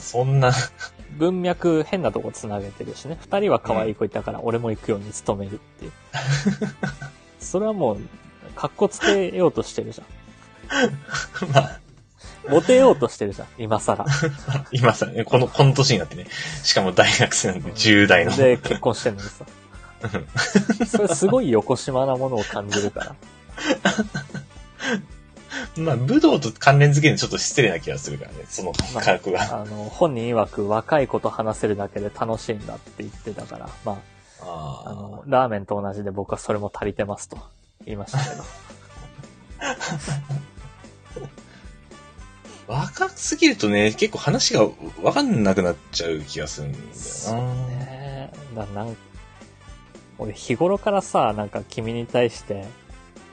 そんな、 文脈変なとこ繋げてるしね。二人は可愛い子いたから俺も行くように努める っていう。それはもう、格好つけようとしてるじゃまあ、ん。モテようとしてるじゃん。今 更。今さ、この、この年になってね。しかも大学生なんで、10代の。で、結婚してんのにさ。それすごい横島なものを感じるから。まあ、武道と関連付けるのちょっと失礼な気がするからね、そのまあ価格が。あの、本人曰く若い子と話せるだけで楽しいんだって言ってたから、まあ、ああの、ラーメンと同じで僕はそれも足りてますと言いましたけど。あ、若すぎるとね、結構話がわかんなくなっちゃう気がするんだよそうな。ねだなん俺日頃からさなんか君に対して、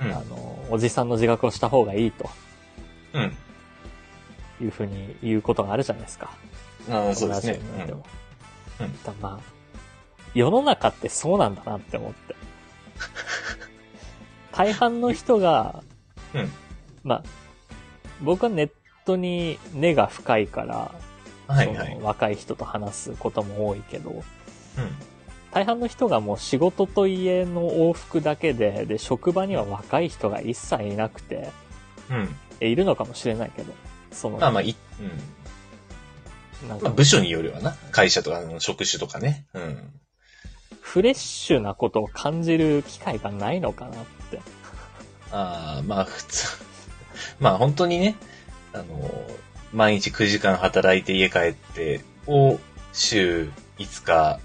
うんあのおじさんの自覚をした方がいいとうん。いうふうに言うことがあるじゃないですかああ、そうですね友達に。なってもうんうんだまあ世の中ってそうなんだなって思って 大半の人が、うんまあ僕はネットに根が深いから、うんはいはい。そうの若い人と話すことも多いけど、ん。大半の人がもう仕事と家の往復だけで、で、職場には若い人が一切いなくて、うん。えいるのかもしれないけど、その、まあまあ、い、うん。なんまか、あ、部署によるわな。会社とか、あの職種とかね。うん。フレッシュなことを感じる機会がないのかなって。ああ、まあ、普通。 まあ、本当にね、あの、毎日9時間働いて家帰って、を、週5日、下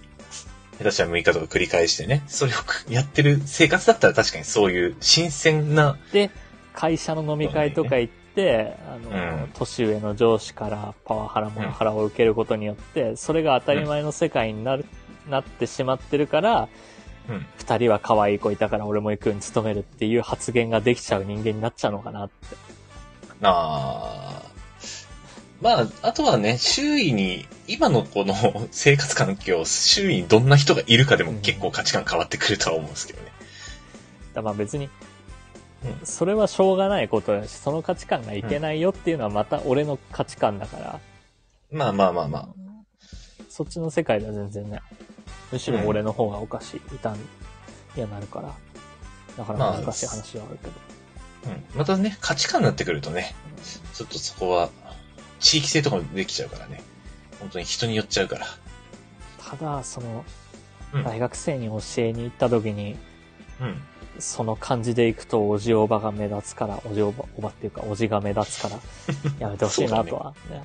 手したら6日とか繰り返してね、それをやってる生活だったら確かにそういう新鮮な、で、会社の飲み会とか行って、あの、うん年上の上司からパワハラモラハラを受けることによって、それが当たり前の世界になる、なってしまってるから、うん。二人は可愛い子いたから俺も行くように努めるっていう発言ができちゃう人間になっちゃうのかなって。ああ。まあ、あとはね、周囲に、今のこの 生活環境、周囲にどんな人がいるかでも結構価値観変わってくるとは思うんですけどね。だまあ別にうん、それはしょうがないことだし、その価値観がいけないよっていうのはまた俺の価値観だから、まあまあまあまあ。そっちの世界では全然ね、むしろ俺の方がおかしい、いたん、いやなるから、なかなか難しい話はあるけど。うん、またね、価値観になってくるとね、ちょっとそこは、地域性とかもできちゃうからね。本当に人によっちゃうから。ただ、その、うん大学生に教えに行った時に、うん。その感じで行くとおじおばが目立つから、おじおば、おばっていうかおじが目立つ から、やめてほしいなとは、ね。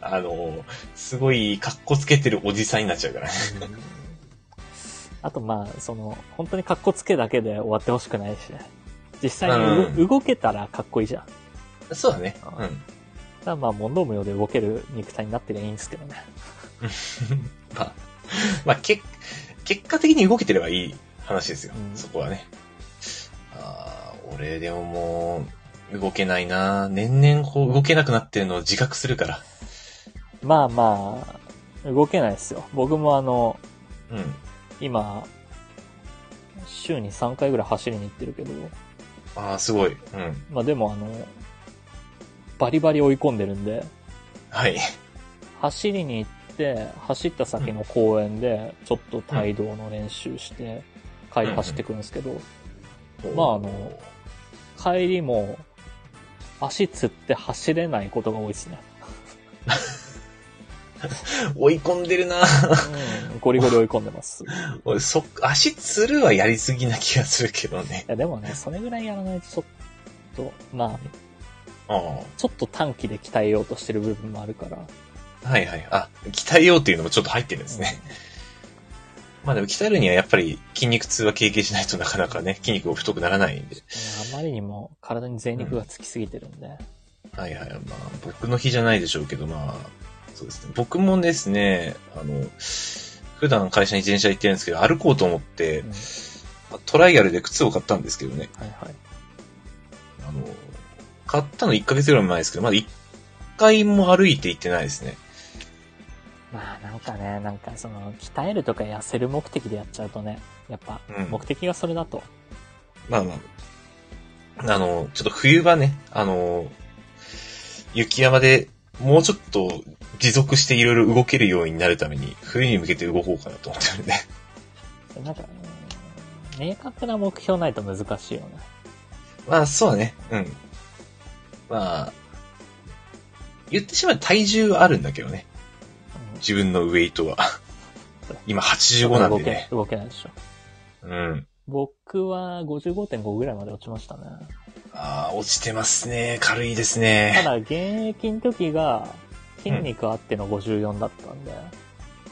あの、すごい、格好つけてるおじさんになっちゃうからね。うんあとまあ、その、本当に格好つけだけで終わってほしくないしね。実際に動,、うん動けたらかっこいいじゃん。だかそうだね。うらまあ、問答無用で動ける肉体になってりゃいいんですけどね。うん。まあ、まあ、け、結果的に動けてればいい話ですよ。うんそこはね。ああ、俺でももう、動けないな年々こう動けなくなってるのを自覚するから。まあまあ、動けないですよ。僕もあの、うん。今、週に3回ぐらい走りに行ってるけど、ああ、すごい。うん。まあでもあの、バリバリ追い込んでるんで、はい。走りに行って、走った先の公園で、ちょっと帯同の練習して、帰り走ってくるんですけど、まああの、帰りも、足つって走れないことが多いですね。追い込んでるなうん、ゴリゴリ追い込んでます。い俺、そ、足つるはやりすぎな気がするけどね。やでもね、それぐらいやらないとちょっと、まあ、ああ。ちょっと短期で鍛えようとしてる部分もあるから。はいはい。あ、鍛えようっていうのもちょっと入ってるんですね。まあでも鍛えるにはやっぱり筋肉痛は経験しないとなかなかね、筋肉を太くならないんで。うんあまりにも体に贅肉がつきすぎてるんで。はいはい。まあ僕の日じゃないでしょうけど、まあ、そうですね。僕もですね、あの、普段会社に自転車行ってるんですけど、歩こうと思ってうん、まあトライアルで靴を買ったんですけどね。はいはい。あの、買ったの1ヶ月ぐらい前ですけど、まだ1回も歩いて行ってないですね。まあなんかね、なんかその、鍛えるとか痩せる目的でやっちゃうとね、やっぱうん、目的がそれだと。まあまあ。あの、ちょっと冬場ね、あの、雪山でもうちょっと持続していろいろ動けるようになるために、冬に向けて動こうかなと思ってるんで。なんか、うん明確な目標ないと難しいよね。 まあそうだね。うん。まあ、言ってしまうと体重はあるんだけどね。うん自分のウェイトは。 今85なんでね。動け動けないでしょ。うん。僕は55.5ぐらいまで落ちましたね。ああ、落ちてますね。軽いですね。ただ、現役の時が筋肉あっての54だったんで、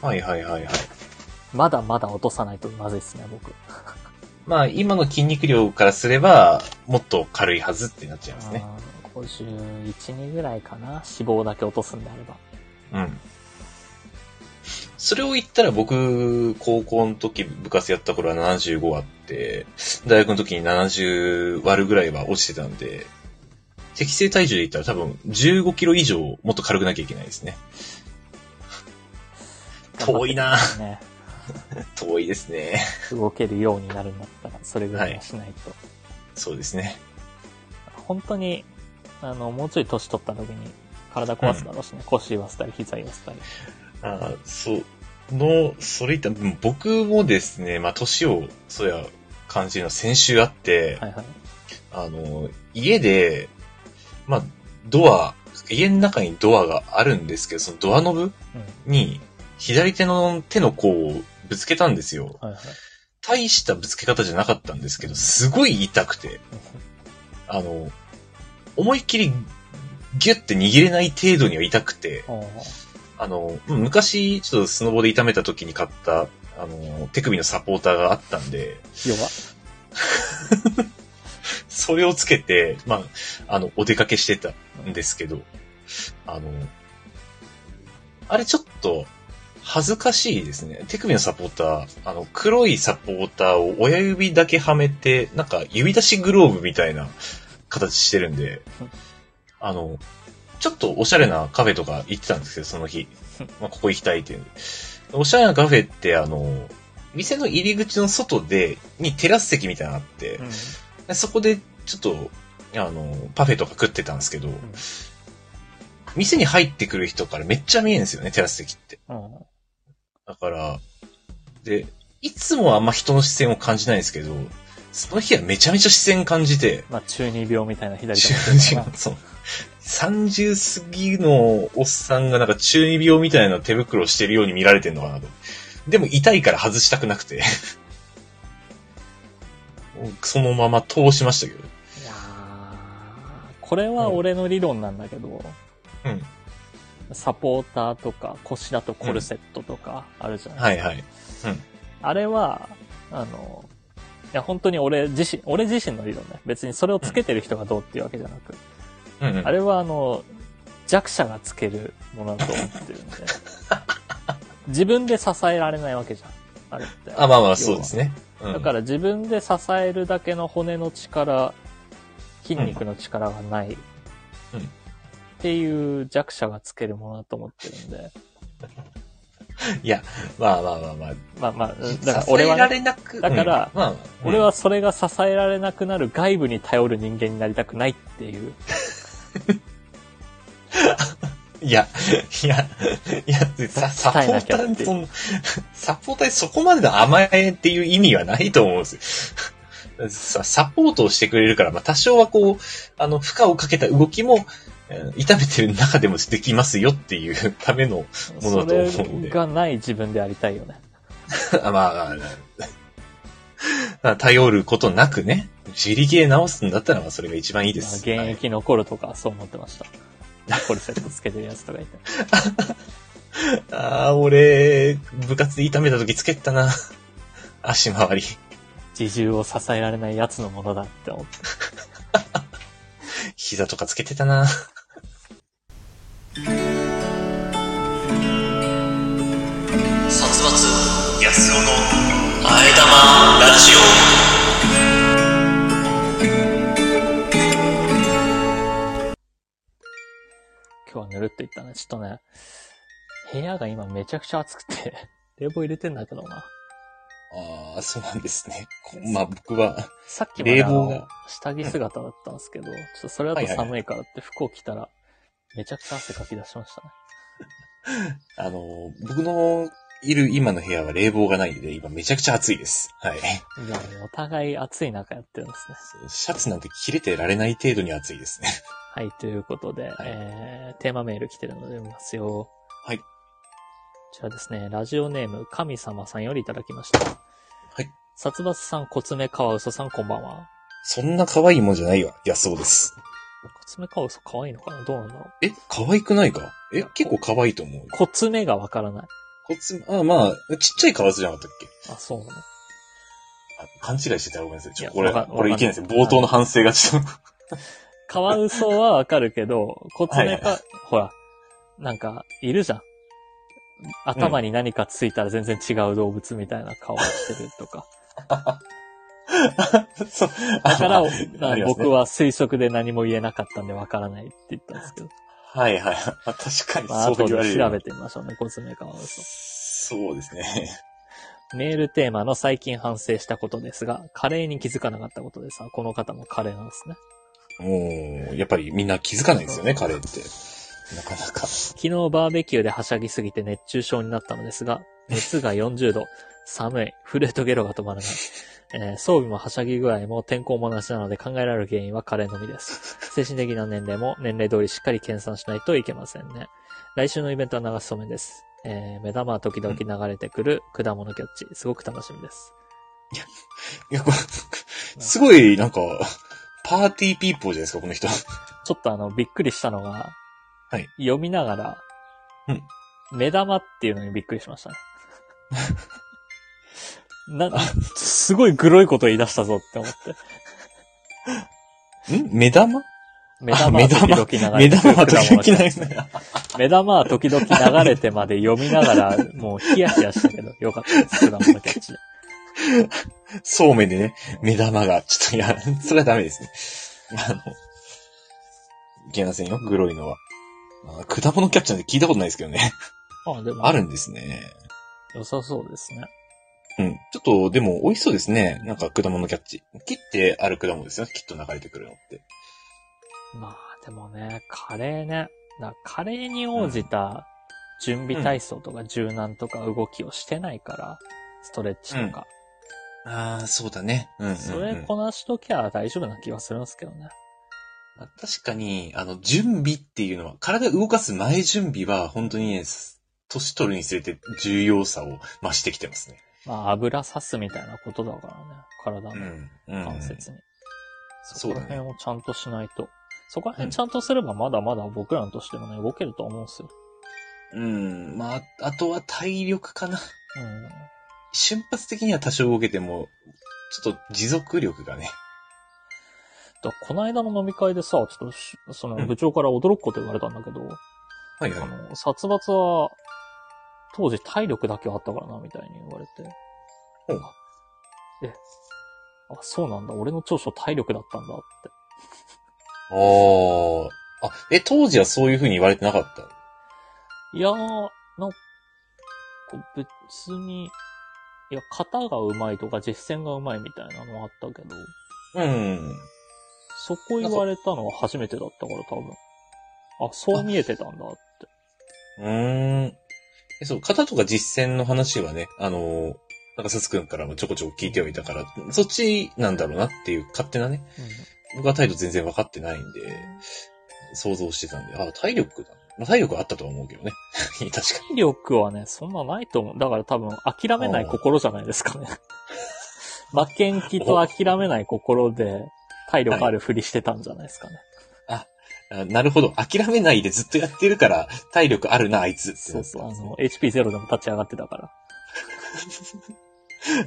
はいはいはいはい。まだまだ落とさないとまずいですね、僕。まあ今の筋肉量からすれば、もっと軽いはずってなっちゃいますね。あ51、2ぐらいかな。死亡だけ落とすんであれば。うん。それを言ったら僕、高校の時部活やった頃は75あって、大学の時に70割るぐらいは落ちてたんで、適正体重で言ったら多分15キロ以上もっと軽くなきゃいけないですね。遠いなね。 遠いですね。動けるようになるんだったら、それぐらいはしないと。そうですね。本当に、あの、もうちょい年取った時に、体壊すだろうしね。腰言わせたり、膝言わせたり。あーそう。の、それ言ったら、うん僕もですね、まあ、年を、そうや、感じるのは先週あって、はいはい。あの、家で、まあ、ドア、家の中にドアがあるんですけど、そのドアノブうん。に、左手の手の甲をぶつけたんですよ。はいはい。大したぶつけ方じゃなかったんですけど、すごい痛くて、あの、思いっきりギュッて握れない程度には痛くて、おーあの、うん昔、ちょっとスノボで痛めた時に買った、あの、手首のサポーターがあったんで、弱っ。それをつけて、まあ、あの、お出かけしてたんですけど、あの、あれちょっと、恥ずかしいですね。手首のサポーター、あの、黒いサポーターを親指だけはめて、なんか指出しグローブみたいな形してるんでうん、あの、ちょっとおしゃれなカフェとか行ってたんですけど、その日うん。まあ、ここ行きたいっていうんで。おしゃれなカフェって、あの、店の入り口の外で、にテラス席みたいなのあって、うん。でそこで、ちょっと、あの、パフェとか食ってたんですけど、店に入ってくる人からめっちゃ見えるんですよね、テラス席って。うん。だから、で、いつもはあんま人の視線を感じないんですけど、その日はめちゃめちゃ視線感じて、まあ、中二病みたいな左手中の手二だな病 そう。30過ぎのおっさんがなんか中二病みたいな手袋をしてるように見られてんのかなと。でも痛いから外したくなくて。 そのまま通しましたけど。いやーこれは俺の理論なんだけど、うん。サポーターとか腰だとコルセットとかあるじゃない、はいはい。あれは、あの、いや本当に俺自身、俺自身の理論ね。別にそれをつけてる人がどうっていうわけじゃなく、うん、うんあ。れはあの、弱者がつけるものだと思って るんで。自分で支えられないわけじゃん。あれって。あ、まあまあ、そうですね。うんだから自分で支えるだけの骨の力、筋肉の力がない。うんっていう弱者がつけるものだと思ってるんで。いや、まあまあまあまあ。まあまあ、うんだから支俺えはらね、れなく。だからうんまあまあ、俺はそれが支えられなくなる外部に頼る人間になりたくないっていう。うん。いや、いや、いや、さサポ伝えなーきタゃーってにその、 サポーターにそこまでの甘えっていう意味はないと思うんですよ。さサポートをしてくれるから、まあ多少はこう、あの、負荷をかけた動きも、えー痛めてる中でもできますよっていう ための、ものそだと思うんれでがない自分でありたいよね。あまあ、まあ、頼ることなくね、自力で直すんだったら、まあそれが一番いいです。まあ現役残るとかそう思って ました。コルセットつけてるやつとかいて。ああ、俺、部活で痛めた時つけてたな。 足回り。自重を支えられないやつのものだって思って。膝とかつけてたな。殺伐安男のあえ玉ラジオ今日はぬるっといったね。ちょっとね、部屋が今めちゃくちゃ暑くて、 冷房入れてんだけどな。ああ、そうなんですね。こまあ僕は、さっきまであ冷房のが下着姿だったんですけど、ちょっとそれだとはいはい寒いからって服を着たら、めちゃくちゃ汗かき出しましたね。あの、僕のいる今の部屋は冷房がないんで、今めちゃくちゃ暑いです。はい。いや、もうお互い暑い中やってるんですね。シャツなんて切れてられない程度に暑いですね。はい、ということで、えー、テーマメール来てるので読みますよ。はいこちらですね、ラジオネーム、神様さんよりいただきました。はい。殺伐さん、コツメカワウソさん、こんばんは。そんな可愛いもんじゃないわ。いや、そうです。コツメカワウソ可愛いのかなどうなんだろう。え、可愛くないかえ、結構可愛いと思う。コツメがわからない。こっち、あまあ、ちっちゃい革ずじゃなかったっけあ、そうなのあ勘違いしてたらごめんなさい。ちいょ、やこれ、わかこれいけないですよ。冒頭の反省がちょっと。カワウソはわかるけど、コツメはカ、ほら、なんか、いるじゃん。頭に何かついたら全然違う動物みたいな顔してるとか。 そう。だから、 あなありますね僕は推測で何も言えなかったんでわからないって言ったんですけ ど。はいはい。あ確かにまあ、そ後う言われでる。調べてみましょうね、コツメカワウソ。そうですね。メールテーマの最近反省したことですが、カレーに気づかなかったことです。あこの方もカレーなんですね。もう、やっぱりみんな気づかないんですよね、カレーって。なかなか。昨日バーベキューではしゃぎすぎて熱中症になったのですが、熱が40度、寒い、震えとゲロが止まらない。えー装備もはしゃぎ具合も天候もなしなので考えられる原因はカレーのみです。精神的な年齢も年齢通りしっかり計算しないといけませんね。来週のイベントは流しそうめんです。えー目玉は時々流れてくる果物キャッチ、すごく楽しみです。いや、これ、すごい、なんか、 パーティーピーポーじゃないですか、この人。ちょっとあの、びっくりしたのが、はい読みながら、うん目玉っていうのにびっくりしました ね。な、すごいグロいこと言い出したぞって思って。ん目玉目玉 目は玉時々流れ目て玉は果物時々キャなッいチ。目玉は時々流れてまで読みながら、もうヒヤヒヤしたけど、よかったです。果物キャッチ で。そうめんでね、目玉が、ちょっと、いや、 それはダメですね。あの、いけませんよ、グロいのは。あ果物キャッチなんて聞いたことないですけどね。 あ、でも、あるんですね。良さそうですね。うん。ちょっと、でも、美味しそうですね。なんか、果物キャッチ。切ってある果物ですよね。きっと流れてくるのって。まあ、でもね、カレーね。だからカレーに応じた準備体操とか柔軟とか動きをしてないから、ストレッチとか。ああ、そうだね。うんうん、うん。それこなしときゃ大丈夫な気がするんですけどね。まあ確かに、あの、準備っていうのは、体を動かす前準備は、本当にね、す年取るにつれて重要さを増してきてますね。まあ、油さすみたいなことだからね。体うのん。うん、関節に。そそうこだらね辺をちゃんとしないと。そこら辺ちゃんとすればまだまだ僕らとしてもね、動けると思うんですよ。うん。まあ、あとは体力かな。うん。瞬発的には多少動けても、ちょっと持続力がね。だこの間の飲み会でさ、ちょっとし、その部長から驚くこと言われたんだけど、はいはあい。の、殺伐は、当時体力だけはあったからな、みたいに言われて。ほうえ、あ、そうなんだ。俺の長所体力だったんだって。ああ。あ、え、当時はそういう風に言われてなかったいやー、なんか、別に、いや、型が上手いとか実践が上手いみたいなのはあったけど、うん。そこ言われたのは初めてだったから多分。あ、そう見えてたんだって。うーん。えそう、型とか実践の話はね、あのー、なんかさつくんからもちょこちょこ聞いてはいたから、そっちなんだろうなっていう勝手なね、僕は態度全然分かってないんで、想像してたんで、あ、体力だ。まあ、体力はあったとは思うけどね。 確か体力はね、そんなないと思う。だから多分、諦めない心じゃないですかね。負けん気と諦めない心で、体力あるふりしてたんじゃないですかね。にあ。なるほど。諦めないでずっとやってるから、体力あるな、あいつってそなうっそう。たあんですね。の、HP0 でも立ち上がってたから。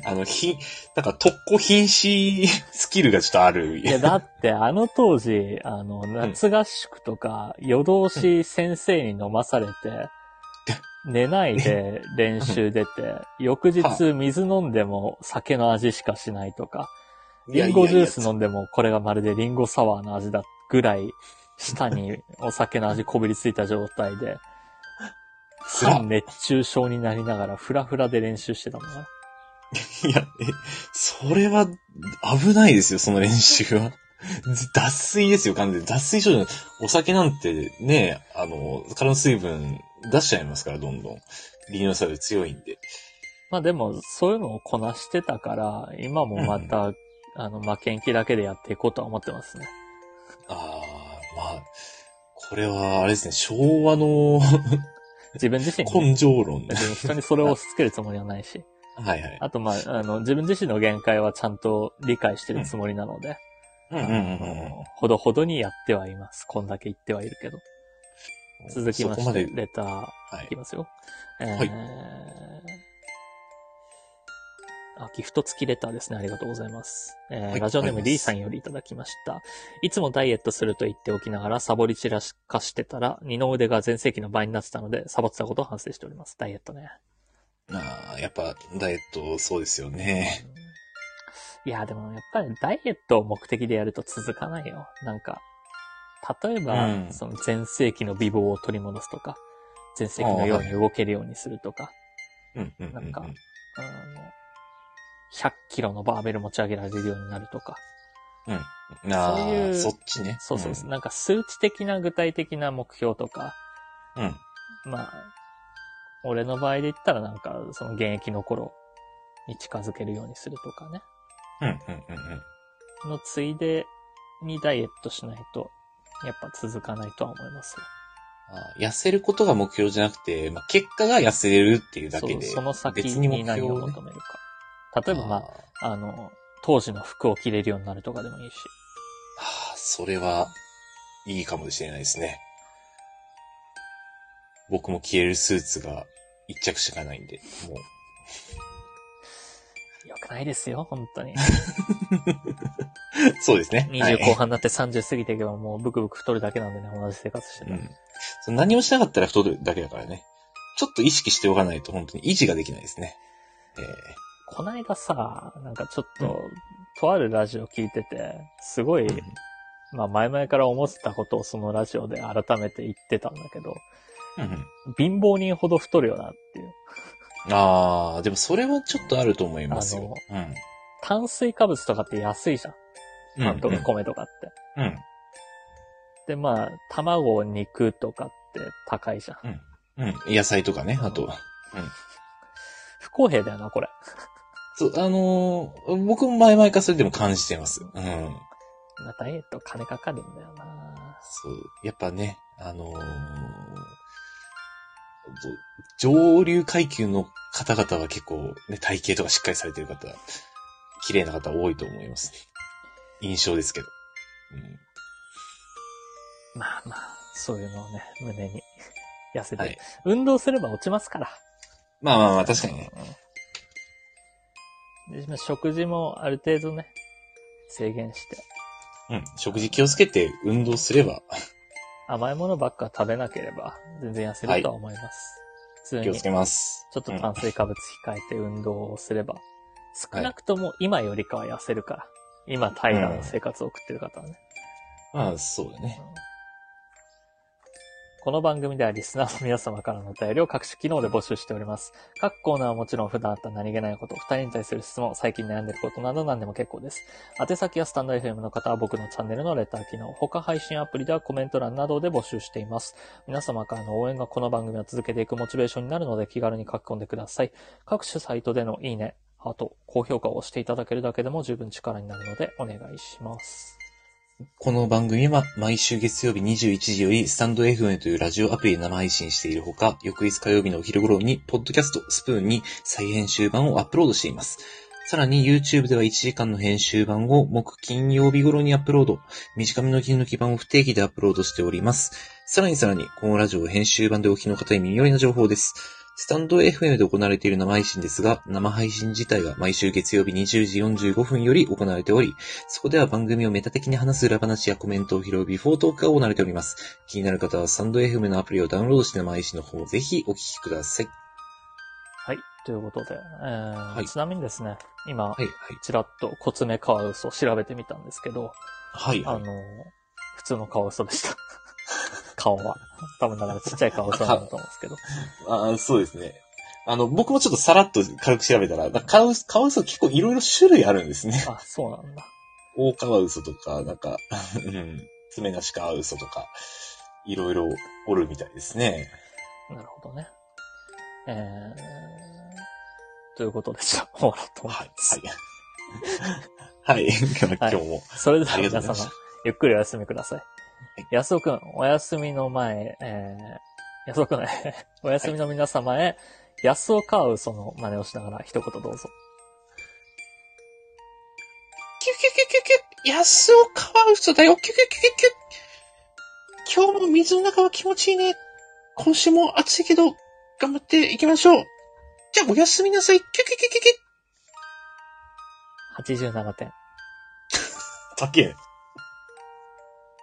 あの、ひ、なんか特攻瀕死 スキルがちょっとある。いや、だって、あの当時、あの、夏合宿とか、夜通し先生に飲まされて、寝ないで練習出て、翌日水飲んでも酒の味しかしないとか、リンゴジュース飲んでもこれがまるでリンゴサワーの味だぐらい、舌にお酒の味こびりついた状態で、 つら半熱中症になりながらフラフラで練習してたのかな。いや、え、それは危ないですよ、その練習は。脱水ですよ、完全に。脱水症状。お酒なんてね、あの、体の水分出しちゃいますから、どんどん。利尿作用強いんで。まあでも、そういうのをこなしてたから、今もまた、あの、負けん気だけでやっていこうとは思ってますね。ああ、まあ、これは、あれですね、昭和の 自分自身に、根性論ね別。に人にそれを押し付けるつもりはない し。はいはい。あと、まあ、あの、自分自身の限界はちゃんと理解してるつもりなので、うんあうんのほどほどにやってはいます。こんだけ言ってはいるけど。続きまそこましでて、、レターはいき。ますよ。えーはいあ、ギフト付きレターですね。ありがとうございます。えーはいラジオネームあり D がとさうござんいますよりいただきました。いつもダイエットすると言っておきながら、サボり散らかしてたら、二の腕が全盛期の倍になってたので、サボってたことを反省しております。ダイエットね。ああ、やっぱ、ダイエット、そうですよね。 いや、でもやっぱりダイエットを目的でやると続かないよ。なんか、例えば、うんその全盛期の美貌を取り戻すとか、全盛期のように動けるようにするとか、うん、うん、なうんん。かあの、100キロのバーベル持ち上げられるようになるとか、うん。あそういうあ、そっちね。そうそうそう、なんか数値的な具体的な目標とか、うん。うん。まあ、俺の場合で言ったらなんか、その現役の頃に近づけるようにするとかね、うん、うん、うんうん。のついでにダイエットしないと、やっぱ続かないとは思いますよ。あー痩せることが目標じゃなくて、まあ、結果が痩せれるっていうだけで、そうその先別に目に何標ををね求めるか。例えば、まあーあ、あの、当時の服を着れるようになるとかでもいいし。はあ、それは、いいかもしれないですね。僕も消えるスーツが一着しかないんで、もう。 よくないですよ、本 当に。そうですね。はい20後半になって30過ぎていけばもうブクブク太るだけなんでね、同じ生活してたうら。ん。その何もしなかったら太るだけだからね。ちょっと意識しておかないと本当に維持ができないですね。えこないださ、なんかちょっと、とあるラジオ聞いてて、すごい、えまあ前々から思ってたことをそのラジオで改めて言ってたんだけど、うんうん貧乏人ほど太るよなっていう。ああ、でもそれはちょっとあると思いますよ。うん。炭水化物とかって安いじゃん。パンとか米とかって。うん。うんで、まあ、卵、肉とかって高いじゃん。うん。野菜とかね、あと。不公平だよな、これ。そう、あのー僕も前々からそれでも感じてます。うん。まあダイエット金かかるんだよな。そう、やっぱね、あのー上流階級の方々は結構ね、体型とかしっかりされてる方、綺麗な方多いと思いますね。印象ですけど。うんまあまあ、そういうのをね、胸に 痩せて、はい運動すれば落ちますから。まあまあまあ、確かにね。でまあ食事もある程度ね、制限して、うん。食事気をつけて運動すれば、甘いものばっか食べなければ、全然痩せるとは思います。普気通をに、つちけます。ょっとうん炭水化物控えて運動をすれば、少なくとも今よりかは痩せるから。今、平らな生活を送ってる方はね。まあ、そうだね。この番組ではリスナーの皆様からのお便りを各種機能で募集しております。各コーナーはもちろん普段あった何気ないこと、二人に対する質問、最近悩んでることなど何でも結構です。宛先はスタンド FM の方は僕のチャンネルのレター機能、他配信アプリではコメント欄などで募集しています。皆様からの応援がこの番組を続けていくモチベーションになるので気軽に書き込んでください。各種サイトでのいいね、ハート、高評価を押していただけるだけでも十分力になるのでお願いします。この番組は毎週月曜日21時よりスタンド FM というラジオアプリで生配信しているほか、翌日火曜日のお昼頃に、ポッドキャストスプーンに再編集版をアップロードしています。さらに YouTube では1時間の編集版を木金曜日頃にアップロード。短めの切り抜き版を不定期でアップロードしております。さらにさらに、このラジオを編集版でお聞きの方に耳寄りな情報です。スタンド FM で行われている生配信ですが、生配信自体は毎週月曜日20時45分より行われており、そこでは番組をメタ的に話す裏話やコメントを拾うビフォートークが行われております。気になる方はスタンド FM のアプリをダウンロードして生配信の方をぜひお聞きください。はい。ということで、えーはいちなみにですね、今、はい、ちらっとコツメカワウソを調べてみたんですけど、はい。あはい、の、普通のカワウソでした。 顔は。多分だからちっちゃいカワウソなんだと思うんですけど。ああ、そうですね。あの、僕もちょっとさらっと軽く調べたら、だカウス、カワウソ結構いろいろ種類あるんですね。 あ、そうなんだ。大カワウソとか、なんか、 うん、爪なしカワウソとか、いろいろおるみたいですね。なるほどね。えー、ということでした。終わろうと思いはいま、す。 はい。はい、今日も。それではありが皆とうございまし様た、ゆっくりお休みください。安尾くん、お休みの前、えー、安尾くん、 お休みの皆様へ、安尾カワウソの真似をしながら一言どうぞ。キュキュキュキュキュ安尾カワウソだよキュキュキュキュキュ今日も水の中は気持ちいいね今週も暑いけど頑張っていきましょうじゃあおやすみなさいキュキュキュキュキュ87点。たっけえ。